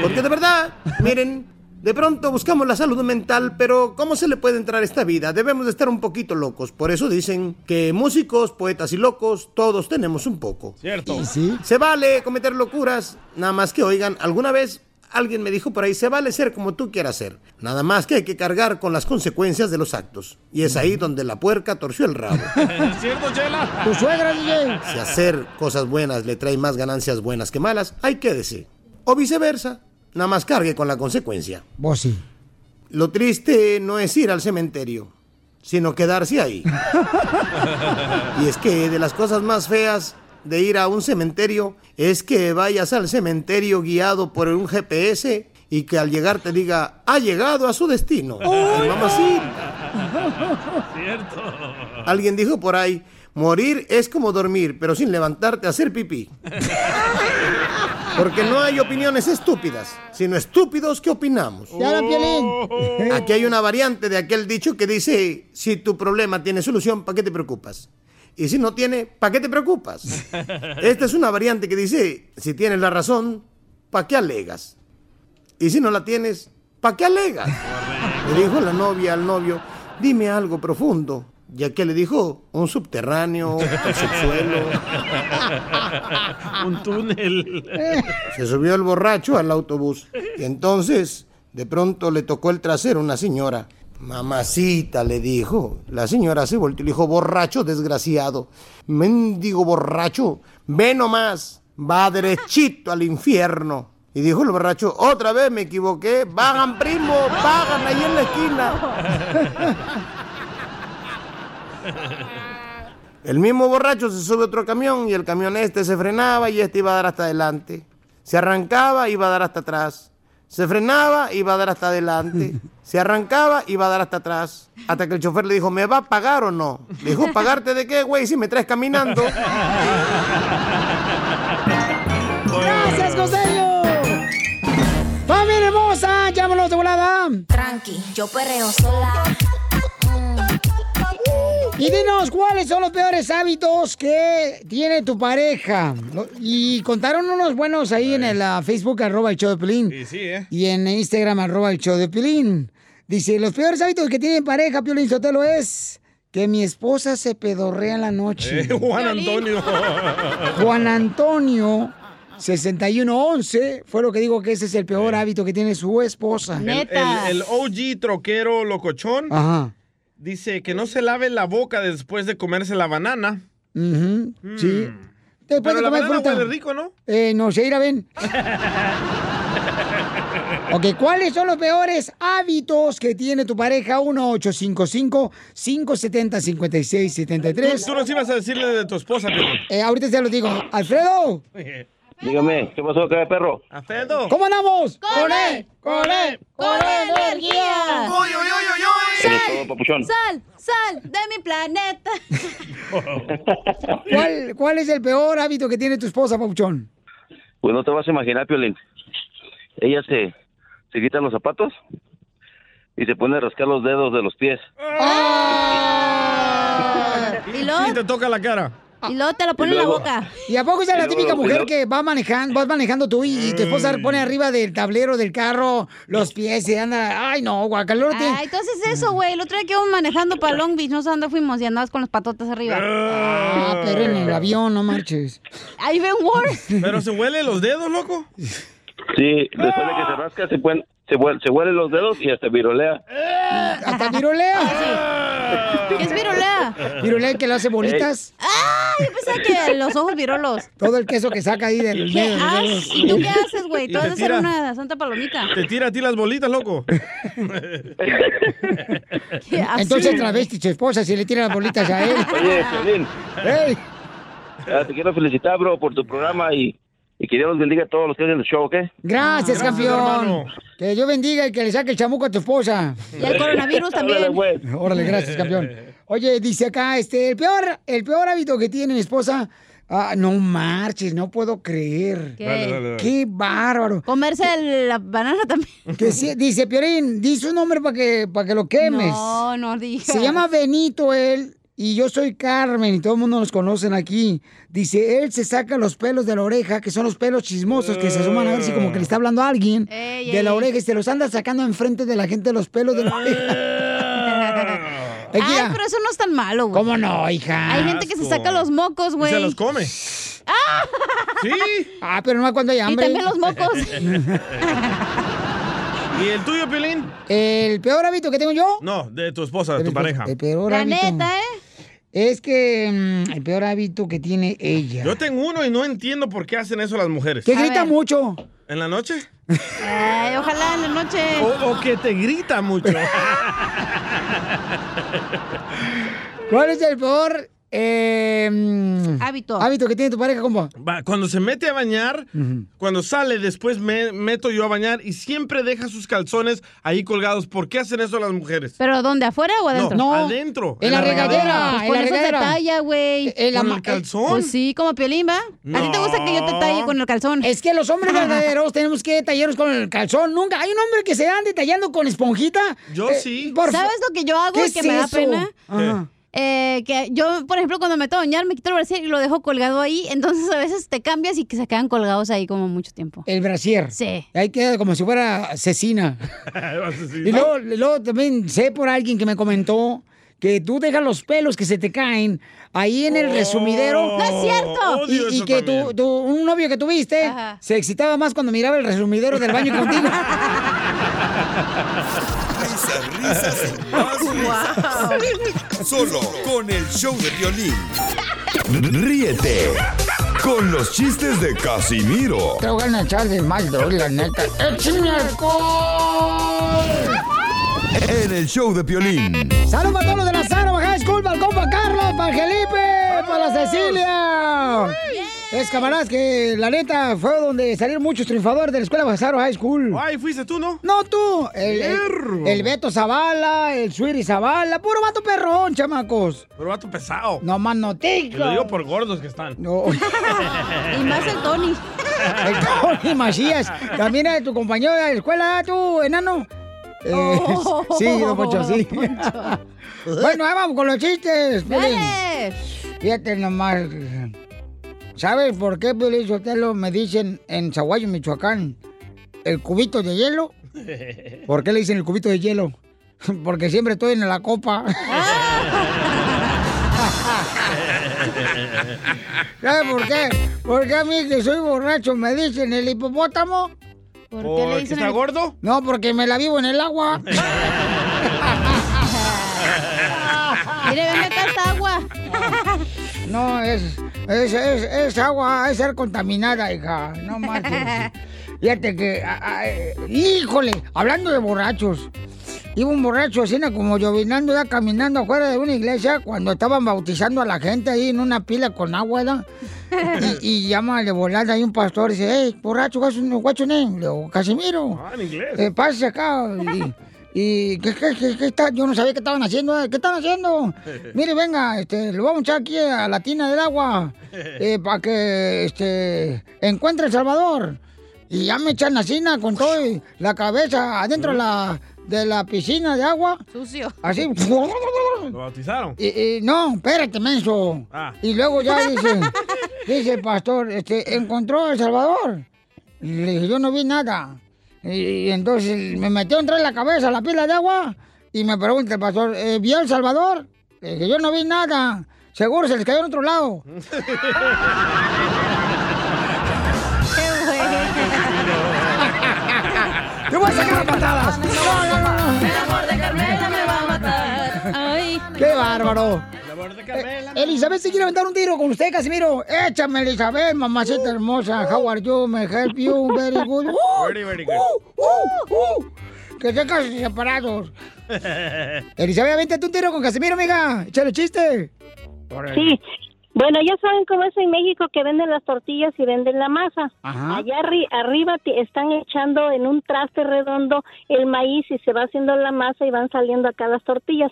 Porque de verdad, miren, de pronto buscamos la salud mental, pero ¿cómo se le puede entrar a esta vida? Debemos de estar un poquito locos. Por eso dicen que músicos, poetas y locos, todos tenemos un poco.
Cierto.
Se vale cometer locuras, nada más que oigan, alguna vez alguien me dijo por ahí, se vale ser como tú quieras ser, nada más que hay que cargar con las consecuencias de los actos. Y es ahí donde la puerca torció el rabo.
¿Cierto, Chela?
Tu suegra, DJ.
Si hacer cosas buenas le trae más ganancias buenas que malas, hay que decir. O viceversa, nada más cargue con la consecuencia.
Vos sí.
Lo triste no es ir al cementerio, sino quedarse ahí. Y es que de las cosas más feas de ir a un cementerio es que vayas al cementerio guiado por un GPS y que al llegar te diga, ha llegado a su destino. Y mamacita.
Cierto.
Alguien dijo por ahí, morir es como dormir, pero sin levantarte a hacer pipí. Porque no hay opiniones estúpidas, sino estúpidos que opinamos.
¡Ya la Piolín!
Aquí hay una variante de aquel dicho que dice, si tu problema tiene solución, ¿para qué te preocupas? Y si no tiene, ¿para qué te preocupas? Esta "Este es una variante que dice, si tienes la razón, ¿para qué alegas? Y si no la tienes, ¿para qué alegas? Le dijo la novia al novio, dime algo profundo. Y aquel le dijo, un subterráneo, el subsuelo.
Un túnel.
Se subió el borracho al autobús. Y entonces, de pronto le tocó el trasero a una señora. Mamacita, le dijo. La señora se volteó y le dijo, borracho desgraciado. Mendigo borracho. Ve nomás. Va derechito al infierno. Y dijo el borracho, otra vez me equivoqué, pagan primo, pagan ahí en la esquina. El mismo borracho se sube a otro camión y el camión este se frenaba y este iba a dar hasta adelante. Se arrancaba, iba a dar hasta atrás. Se frenaba, iba a dar hasta adelante. Se arrancaba, iba a dar hasta atrás. Hasta que el chofer le dijo, ¿me va a pagar o no? Le dijo, ¿pagarte de qué, güey, si me traes caminando?
¡Gracias, costeño! ¡Familia hermosa! ¡Llámanos de volada! Tranqui, yo perreo sola. Y dinos, ¿cuáles son los peores hábitos que tiene tu pareja? Lo- Y contaron unos buenos ahí en el ah, Facebook, arroba el show de Pelín.
Y sí, ¿eh?
Y en Instagram, arroba el show de Pilín. Dice, los peores hábitos que tiene pareja, Piolín Sotelo, es que mi esposa se pedorrea en la noche.
Eh, Juan Antonio.
Juan Antonio, 6111, fue lo que digo que ese es el peor hábito que tiene su esposa.
El- El, el OG troquero locochón
Ajá.
dice que no se lave la boca después de comerse la banana. Mm.
Ujú, Sí. Después
Pero
de
la
comer
banana
fruta.
huele rico, ¿no?
Eh, no, Sheira, ven. Ok, ¿cuáles son los peores hábitos que tiene tu pareja? 1-855-570-5673.
Tú nos ibas a decirle de tu esposa, Piolín.
Eh, ahorita ya lo digo. Alfredo,
Dígame, ¿qué pasó acá, perro?
Alfredo.
¿cómo andamos?
¡Con él!
¡Con él!
¡Con energía!
¡Uy, uy, uy, uy,
Tienes todo, papuchón.
¡Sal! ¡Sal de mi planeta!
¿Cuál, ¿Cuál es el peor hábito que tiene tu esposa, Pauchón?
Pues no te vas a imaginar, Piolín. Ella se, se quita los zapatos y se pone a rascar los dedos de los pies.
¿Y, luego?
te toca la cara.
Y luego te lo pone en la
luego-
boca.
¿Y a poco esa es
Y
la
luego-
típica
y
mujer
luego- Mm.
que va manejando, vas manejando tú y, y tu esposa pone arriba del tablero del carro los pies y anda, ay no, guacalor
Ah, entonces eso, güey. El otro día que íbamos manejando para Long Beach, no sé dónde fuimos y andabas con los patotas arriba.
Ah, pero en el avión, no marches.
Ahí ven worse.
Pero se huele los dedos, loco.
Sí, después de que se rasca, se, puen- se, huel- se huele los dedos y hasta virolea.
Hasta virolea.
¿Qué es virolea?
Virolea que le hace bolitas.
¡Ah! Yo pensaba que los ojos virolos.
Todo el queso que saca ahí del
¿Qué
medio.
haces? ¿Y tú qué haces, güey?
Y
Tú vas
te
a ser
tira.
una santa palomita.
Te tira a ti las bolitas, loco.
Entonces travesti, tu esposa, si le tira las bolitas a él.
Oye, Piolín,
¡Ey!
ah, te quiero felicitar, bro, por tu programa y, y que Dios los bendiga a todos los que hacen el show, ¿ok?
Gracias,
Ah, Gracias,
campeón.
hermano.
Que Dios bendiga y que le saque el chamuco a tu esposa.
Y al coronavirus también. Órale, pues.
Órale, gracias, campeón. Oye, dice acá, este, el peor, el peor hábito que tiene mi esposa. ah, no marches, no puedo creer.
¿Qué? Dale, dale, dale.
Qué bárbaro.
Comerse la banana también.
Que sí, dice, Piorín, dice un nombre para que, para que lo quemes.
No, no digas.
Se llama Benito él y yo soy Carmen y todo el mundo nos conocen aquí. Dice, él se saca los pelos de la oreja, que son los pelos chismosos que se asoman a ver si como que le está hablando a alguien
Ey,
de la
ey.
oreja y se los anda sacando enfrente de la gente los pelos de la oreja.
Ay, pero eso no es tan malo, güey.
¿Cómo no, hija?
Hay gente que se
Asco.
saca los mocos, güey.
se los
come.
¡Ah!
Sí.
Ah, pero no cuando hay hambre.
también los mocos.
¿Y el tuyo, Piolín?
¿El peor hábito que tengo yo?
No, de tu esposa, de tu pareja.
El peor hábito.
¿eh?
Es que mm, el peor hábito que tiene ella.
Yo tengo uno y no entiendo por qué hacen eso las mujeres.
Que grita mucho.
¿En la noche?
Ay, ojalá en la noche.
O, o que te grita mucho.
¿Cuál es el peor eh, mm,
hábito.
que tiene tu pareja, compa?
Va, Cuando se mete a bañar,
Ujú.
cuando sale, después me meto yo a bañar y siempre deja sus calzones ahí colgados. ¿Por qué hacen eso las mujeres?
¿Pero dónde? ¿Afuera o adentro?
No, No. adentro,
En, la regadera. Pues
en
con
la
eso
regadera.
te talla, güey.
En la
¿Con
ma- eh,
el calzón? Pues sí, como piolín, ¿va? ¿A ti te gusta que yo te talle con el calzón?
Es que los hombres verdaderos tenemos que tallarnos con el calzón. Nunca hay un hombre que se ande tallando con esponjita. Eh,
Yo sí.
¿Sabes lo que yo hago
¿Qué
y que
es
me da
eso?
pena?
Ajá.
Eh, que yo, por ejemplo, cuando me meto a bañar, me quito el brasier y lo dejo colgado ahí. Entonces, a veces te cambias y que se quedan colgados ahí como mucho tiempo.
El brasier.
Sí.
Ahí queda como si fuera asesina. Y luego, luego también sé por alguien que me comentó que tú dejas los pelos que se te caen ahí en el resumidero.
Oh, ¡No es cierto! Odio
Y, y
eso
que tu, tu- un novio que tuviste
Ajá.
se excitaba más cuando miraba el resumidero del baño contigo.
Risas, risas y más risas. Solo con el show de violín. Ríete Con los chistes de Casimiro.
Te voy a echar de mal, bro, la neta. ¡Échame alcohol!
En el show de Piolín.
¡Salud para todos los de la Sara Baja School, para el compa Carlos, para el Felipe, para la Cecilia! Es camaradas que la neta fue donde salieron muchos triunfadores de la escuela Basaro High School.
Ay, fuiste tú, ¿no?
No, tú. El, el, el Beto Zavala, el Suiri Zavala, puro vato perrón, chamacos.
Pero vato pesado.
No más
Te lo digo
notico.
por gordos que están.
No.
Y más el Tony.
El Tony Macías. También era de tu compañero de la escuela, tú, enano. Eh,
Oh,
sí, don Poncho, sí.
don Poncho.
bueno, ahí vamos con los chistes, Piolín. Fíjate nomás. ¿Sabes por qué, Piolín Sotelo, me dicen en Zaguayo, Michoacán, el cubito de hielo? ¿Por qué le dicen el cubito de hielo? Porque siempre estoy en la copa.
Ah,
Ah. ¿Sabes por qué? Porque a mí que soy borracho me dicen el hipopótamo.
qué le ¿Porque dicen está el- gordo?
No, porque me la vivo en el agua.
Mire, ven acá esta agua.
No, es, es, es, es agua, es ser contaminada, hija. No marches. Fíjate que, a- a- eh, híjole, hablando de borrachos. Iba un borracho así, ¿no? como llovinando, ya caminando afuera de una iglesia cuando estaban bautizando a la gente ahí en una pila con agua, ¿no? Y, y llama de volada ahí un pastor y dice, hey, borracho, what's, what's your name? Le digo, Casimiro.
Ah, en inglés.
Eh, pásese acá. Y, y ¿qué, qué, qué- qué está? yo no sabía qué estaban haciendo. eh. ¿Qué están haciendo? Mire, venga, este, lo vamos a echar aquí a la tina del agua eh, para que este, encuentre El Salvador. Y ya me echan la cina con todo y la cabeza adentro de la, de la piscina de agua.
Sucio.
Así.
¿Lo bautizaron?
Y, y- no, espérate, menso.
Ah.
Y luego ya dice, dice el pastor, este, encontró a El Salvador. Y le dije, yo no vi nada. Y, y entonces me metió entre la cabeza la pila de agua y me pregunta el pastor, ¿eh, ¿vio El Salvador? Le dije, yo no vi nada. Seguro se les cayó en otro lado. ¡Te voy a sacar a patadas! ¡No, no, no! no. ¡Qué bárbaro! Eh, Elizabeth se quiere aventar un tiro con usted, Casimiro. Échame, Elizabeth, mamacita hermosa. How are you? Me help you. Very good. Uh,
Very, very good.
uh, uh, uh. Que se casen separados. Elizabeth, avéntate un tiro con Casimiro, amiga. Échale chiste.
Sí. Bueno, ya saben cómo es en México que venden las tortillas y venden la masa.
Ajá.
Allá arri- arriba te están echando en un traste redondo el maíz y se va haciendo la masa y van saliendo acá las tortillas.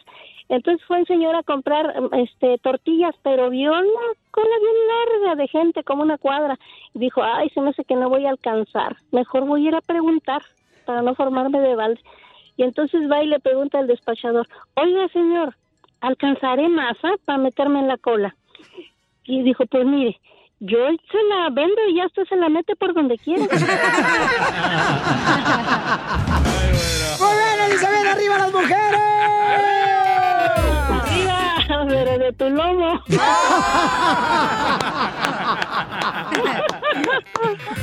Entonces fue el señor a comprar em, este tortillas, pero vio una cola bien larga de gente, como una cuadra. Y dijo, ay, se me hace que no voy a alcanzar. Mejor voy a ir a preguntar para no formarme de balde. Y entonces va y le pregunta al despachador, oiga señor, ¿alcanzaré masa para meterme en la cola? Y dijo, pues mire, yo se la vendo y ya usted se la mete por donde quiera.
¡Muy bien, Elizabeth! ¡Arriba las mujeres!
¡Arriba! ¡Pero de tu lomo!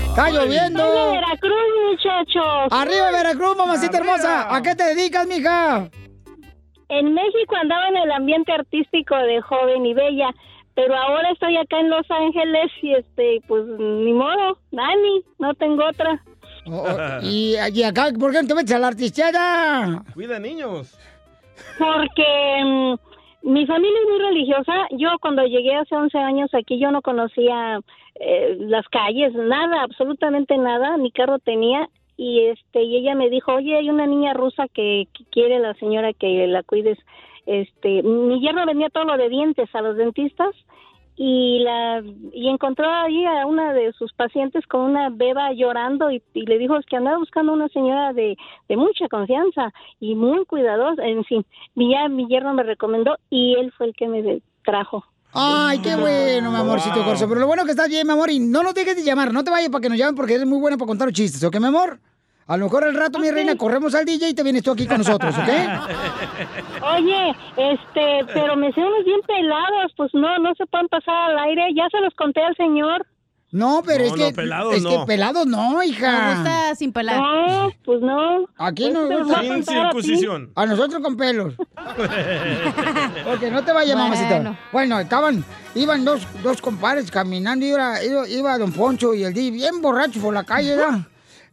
¡Está lloviendo!
Soy de Veracruz, muchachos!
¡Arriba, Veracruz, mamacita
Arriba.
hermosa! ¿A qué te dedicas, mija?
En México andaba en el ambiente artístico de joven y bella, pero ahora estoy acá en Los Ángeles y este, pues ni modo, Dani, no tengo otra.
oh, Y, y acá, ¿por qué no te metes a la artisteada?
Cuida niños.
Porque mm, mi familia es muy religiosa. Yo cuando llegué hace 11 años aquí yo no conocía eh, las calles, nada, absolutamente nada, ni carro tenía y este y ella me dijo, "Oye, hay una niña rusa que, que quiere la señora que la cuides." Este, mi yerno vendía todo lo de dientes a los dentistas y la y encontró ahí a una de sus pacientes con una beba llorando y, y le dijo "Es que andaba buscando una señora de, de mucha confianza y muy cuidadosa, en fin, mi, ya mi yerno me recomendó y él fue el que me de- trajo.
Ay, qué bueno, mi amorcito
Wow.
corso. Pero lo bueno que estás bien, mi amor, y no nos dejes de llamar. No te vayas para que nos llamen porque eres muy buena para contar los chistes, ¿ok, mi amor? A lo mejor al rato, mi reina, corremos al DJ y te vienes tú aquí con nosotros, ¿ok?
Oye, este, pero me sé unos bien pelados, pues no, no se pueden pasar al aire, ya se los conté al señor.
No, pero
No,
es que.
no, pelados
es que
no.
pelados no, hija.
Me gusta sin pelar.
No, pues no.
Aquí nos
Pues te voy
gusta.
a Sin contar a ti. circuncisión.
A nosotros con pelos. Porque no te vaya,
Bueno.
mamacita. Bueno, estaban, iban dos, dos compadres caminando, iba, iba, iba Don Poncho y el DJ, bien borrachos por la calle, ¿verdad?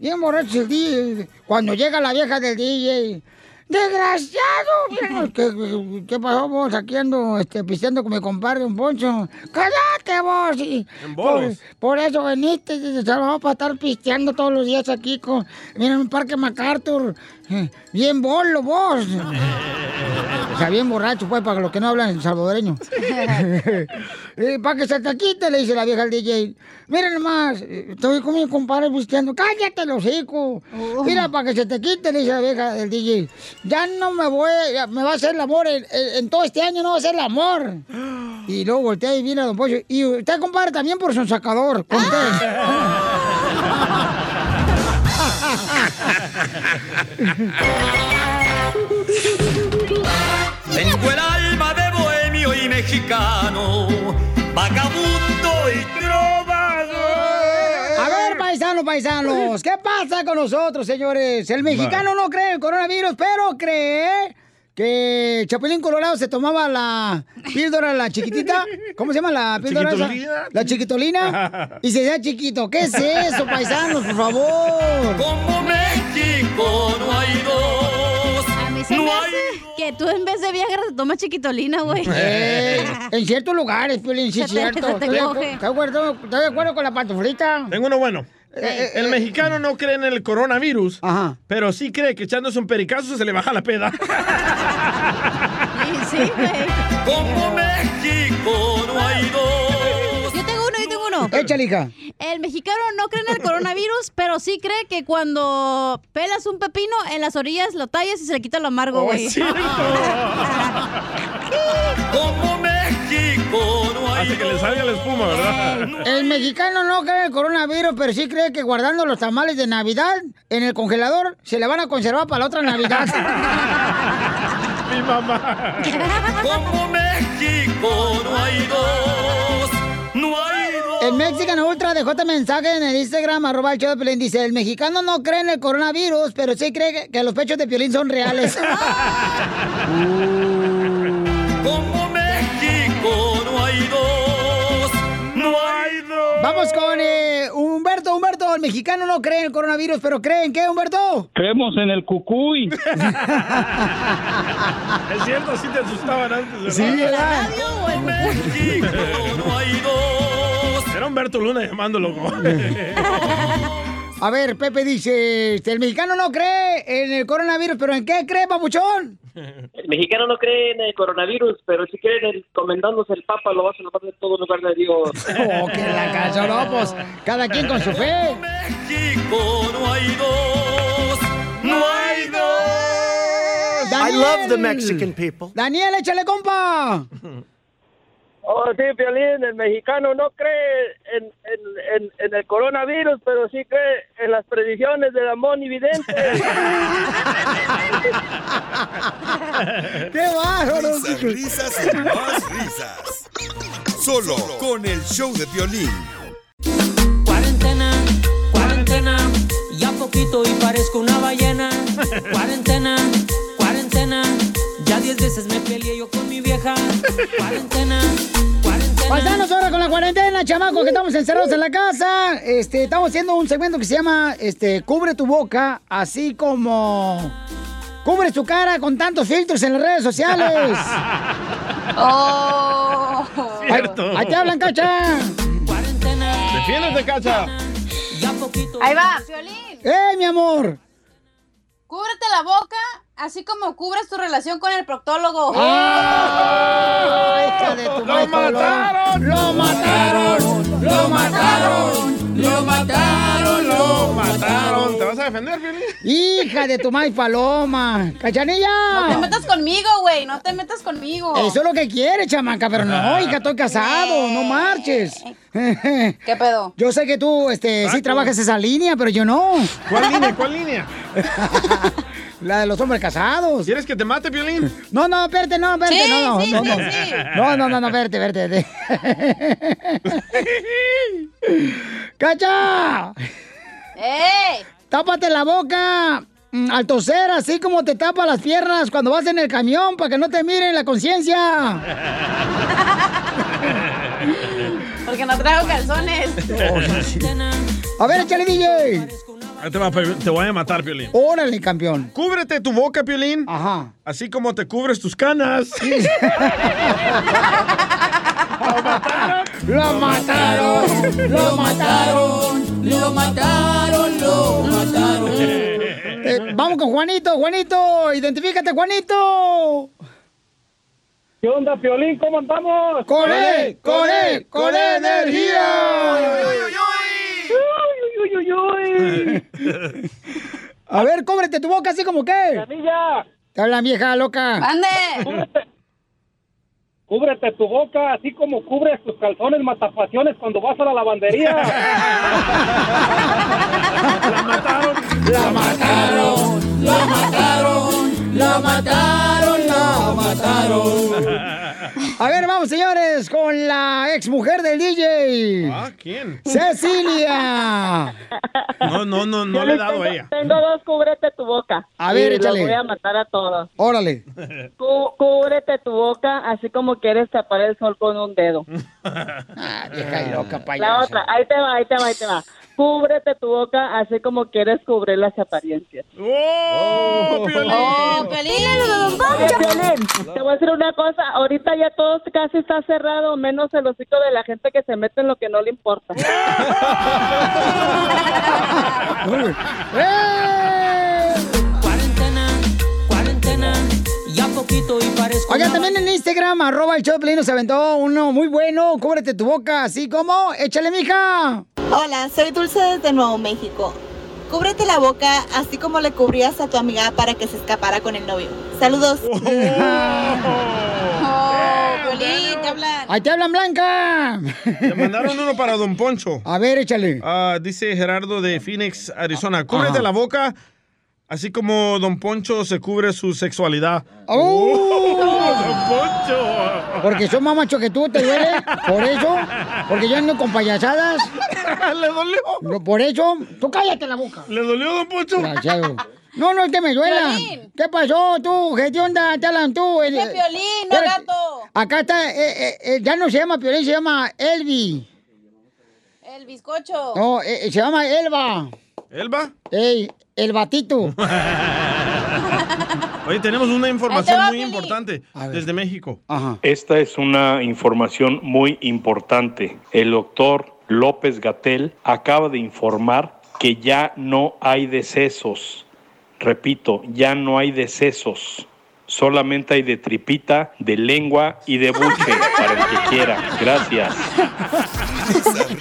Bien borrachos el DJ, cuando llega la vieja del DJ. ¡Desgraciado! Mira, ¿Qué, qué, qué pasó vos aquí ando este, pisteando con mi compadre Don Poncho? ¡Cállate vos! Y,
En bolas.
por eso veniste, y se vamos para estar pisteando todos los días aquí con. Mira, en un parque MacArthur. eh, Bien bolo vos. O sea, bien borracho, pues, para los que no hablan salvadoreño. para que se te quite, le dice la vieja al DJ. Mira nomás, eh, estoy con mi compadre pisteando. Cállate, los hocico. Mira, para que se te quite, le dice la vieja del DJ. Ya no me voy, ya me va a hacer el amor. En, en- en todo este año no va a ser el amor. Y luego voltea y viene a Don Pocho. Y usted, compadre, también por su sacador. Con
Tengo el alma de bohemio y mexicano, vagabundo y trovador.
A ver, paisanos, paisanos, ¿qué pasa con nosotros, señores? El mexicano no cree en el coronavirus, pero cree que Chapulín Colorado se tomaba la píldora, la chiquitita. ¿Cómo se llama la píldora? esa?
Chiquitolina.
La chiquitolina. Y se decía chiquito. ¿Qué es eso, paisanos, por favor?
Como México no hay dos.
A mí se me hace que tú en vez de Viagra te tomas chiquitolina, güey.
Eh, en ciertos lugares, Piolín, sí
Se
es
te-
cierto.
se te
Estoy de acu-
coge.
estoy de acuerdo, estoy de acuerdo con la pantuflita.
Tengo uno bueno.
Eh,
el mexicano no cree en el coronavirus, pero sí cree que echándose un pericazo se le baja la peda.
Sí, güey.
Como México no hay dos.
Yo tengo uno, yo tengo uno.
Échale, hija.
El mexicano no cree en el coronavirus, pero sí cree que cuando pelas un pepino, en las orillas lo tallas y se le quita lo amargo,
Oh,
güey.
es cierto. Como México no hay Hace que le salga la espuma, ¿verdad?
El mexicano no cree en el coronavirus, pero sí cree que guardando los tamales de Navidad en el congelador se le van a conservar para la otra Navidad.
Mi mamá. Como México no hay dos. No hay dos.
El Mexican Ultra dejó este mensaje en el Instagram, arroba el show de Piolín. Dice, el mexicano no cree en el coronavirus, pero sí cree que- que los pechos de Piolín son reales.
Como México no hay dos. No hay dos.
Vamos con eh, Humberto. Humberto, el mexicano no cree en el coronavirus, pero cree en qué, Humberto?
Creemos en el cucuy.
es cierto, sí te asustaban antes, ¿verdad?
Sí, ¿verdad?
México no hay dos. Era Humberto Luna llamándolo.
A ver, Pepe dice, este, el mexicano no cree en el coronavirus, pero ¿en qué cree, papuchón?
El mexicano no cree en el coronavirus, pero si creen en comendándose el Papa, lo vas a notar en todo lugar de Dios.
Oh, que la casa, no, pues, cada quien con su fe.
México no hay dos. No hay dos.
Daniel.
people.
Daniel, échale compa.
Oh, sí, Piolín, el mexicano no cree en, en, en, en el coronavirus, pero sí cree en las predicciones de la Moni Vidente.
¡Qué bárbaro!
Risas, risas y más risas. Solo con el show de violín.
Cuarentena, cuarentena, ya poquito y parezco una ballena. Cuarentena, cuarentena, ya diez veces me peleé yo con mi vieja. Cuarentena,
Pasanos ahora con la cuarentena, chamaco, que estamos encerrados en la casa. Este, estamos haciendo un segmento que se llama este, Cubre tu boca, así como cubre tu cara con tantos filtros en las redes sociales.
Oh.
Ahí, ahí te hablan, cacha.
Defiéndete, cacha.
Ahí va, Piolín.
¡Eh, mi amor!
Cúbrete la boca, así como cubres tu relación con el proctólogo.
¡Ah!
hija de tu ¡Lo mataron!
¡Lo mataron! ¡Lo mataron! ¡Lo mataron! ¡Lo mataron!
¿Te vas a defender, Piolín?
¡Hija de tu maíz paloma!
No te
¡Cachanilla!
metas conmigo, güey, no te metas conmigo.
Eso es lo que quiere, chamaca, pero no, hija, estoy casado, no marches.
Eh.
¿Qué
pedo?
Yo sé que tú este, sí trabajas esa línea, pero yo no.
¿Cuál línea? ¿Cuál línea?
La de los hombres casados.
¿Quieres que te mate, Piolín?
No, no, espérate, no, espérate.
Sí,
no, no,
sí,
no,
sí,
no.
sí.
no, no, no, no, espérate, espérate. espérate. ¡Cacha!
¡Eh!
¡Ey!
¡Tápate la boca! mm, Al toser, así como te tapa las piernas cuando vas en el camión para que no te miren la conciencia.
Porque no traigo calzones.
A ver, échale, DJ.
Ahí Te, va, Piolín. te voy a matar, Piolín.
Órale, campeón.
Cúbrete tu boca, Piolín.
Ajá.
Así como te cubres tus canas.
¡Lo mataron!
¡Lo mataron! ¡Lo mataron! ¡Lo mataron!
Eh, vamos con Juanito, Juanito, identifícate, Juanito.
¿Qué onda, Piolín? ¿Cómo andamos? E,
¡Con él, con él, con E energía!
Uy, uy, uy, uy.
A ver, cóbrete tu boca así como qué. Te hablan vieja loca.
Cúbrete- Cúbrete tu boca, así como cubres tus calzones matapaciones cuando vas a la lavandería.
¡La mataron! ¡La mataron! ¡La mataron! ¡La mataron!
A ver, vamos, señores, con la exmujer del DJ.
Ah, ¿quién?
¡Cecilia!
No, no, no, no le he dado a ella.
Tengo dos, cúbrete tu boca.
A ver,
y
échale.
Los voy a matar a todos.
Órale.
Cú- cúbrete tu boca, así como quieres tapar el sol con un dedo.
Ah, Vieja loca,
La
payaso.
otra, ahí te va, ahí te va, ahí te va. Cúbrete tu boca, así como quieres cubrir las apariencias.
Uh. ¡Oh, Piolín! ¡Oh, Piolín!
Oye, Piolín, Eh, Te voy a decir una cosa, ahorita ya todo casi está cerrado, menos el hocico de la gente que se mete en lo que no le importa.
Eh.
Ah.
Ya poquito y parezco.
Oigan, también en Instagram, arroba el show de Piolín, nos aventó uno muy bueno. Cúbrete tu boca, así como, échale, mija.
Hola, soy Dulce desde Nuevo México. Cúbrete la boca así como le cubrías a tu amiga para que se escapara con el novio. Saludos.
Oh,
¡Ahí te hablan, Blanca!
Te mandaron uno para Don Poncho. Ah,
A ver, échale. Ah,
dice Gerardo de Phoenix, Arizona. Cúbrete
Ajá.
la boca, así como Don Poncho se cubre su sexualidad. Oh,
¡Oh! Porque soy más macho que tú, ¿te duele? ¿Por eso? ¿Porque yo ando con payasadas?
¿Le dolió?
¿Por eso? Tú cállate la boca.
¿Le dolió, don Pocho?
No, no, es que me duela. ¿Qué pasó tú? ¿Qué te onda? Te hablan tú. El,
Dije Piolín, no
Espérate.
gato.
Acá está, eh, eh, eh, ya no se llama Piolín, se llama Elvi.
El bizcocho.
No, eh, eh, se llama Elba.
¿Elba?
Ey, el batito.
Oye, tenemos una información
va,
muy importante desde México.
Esta es una información muy importante. El doctor López Gatel acaba de informar que ya no hay decesos. Repito, ya no hay decesos. Solamente hay de tripita, de lengua y de buche para el que quiera. Gracias.
Risas,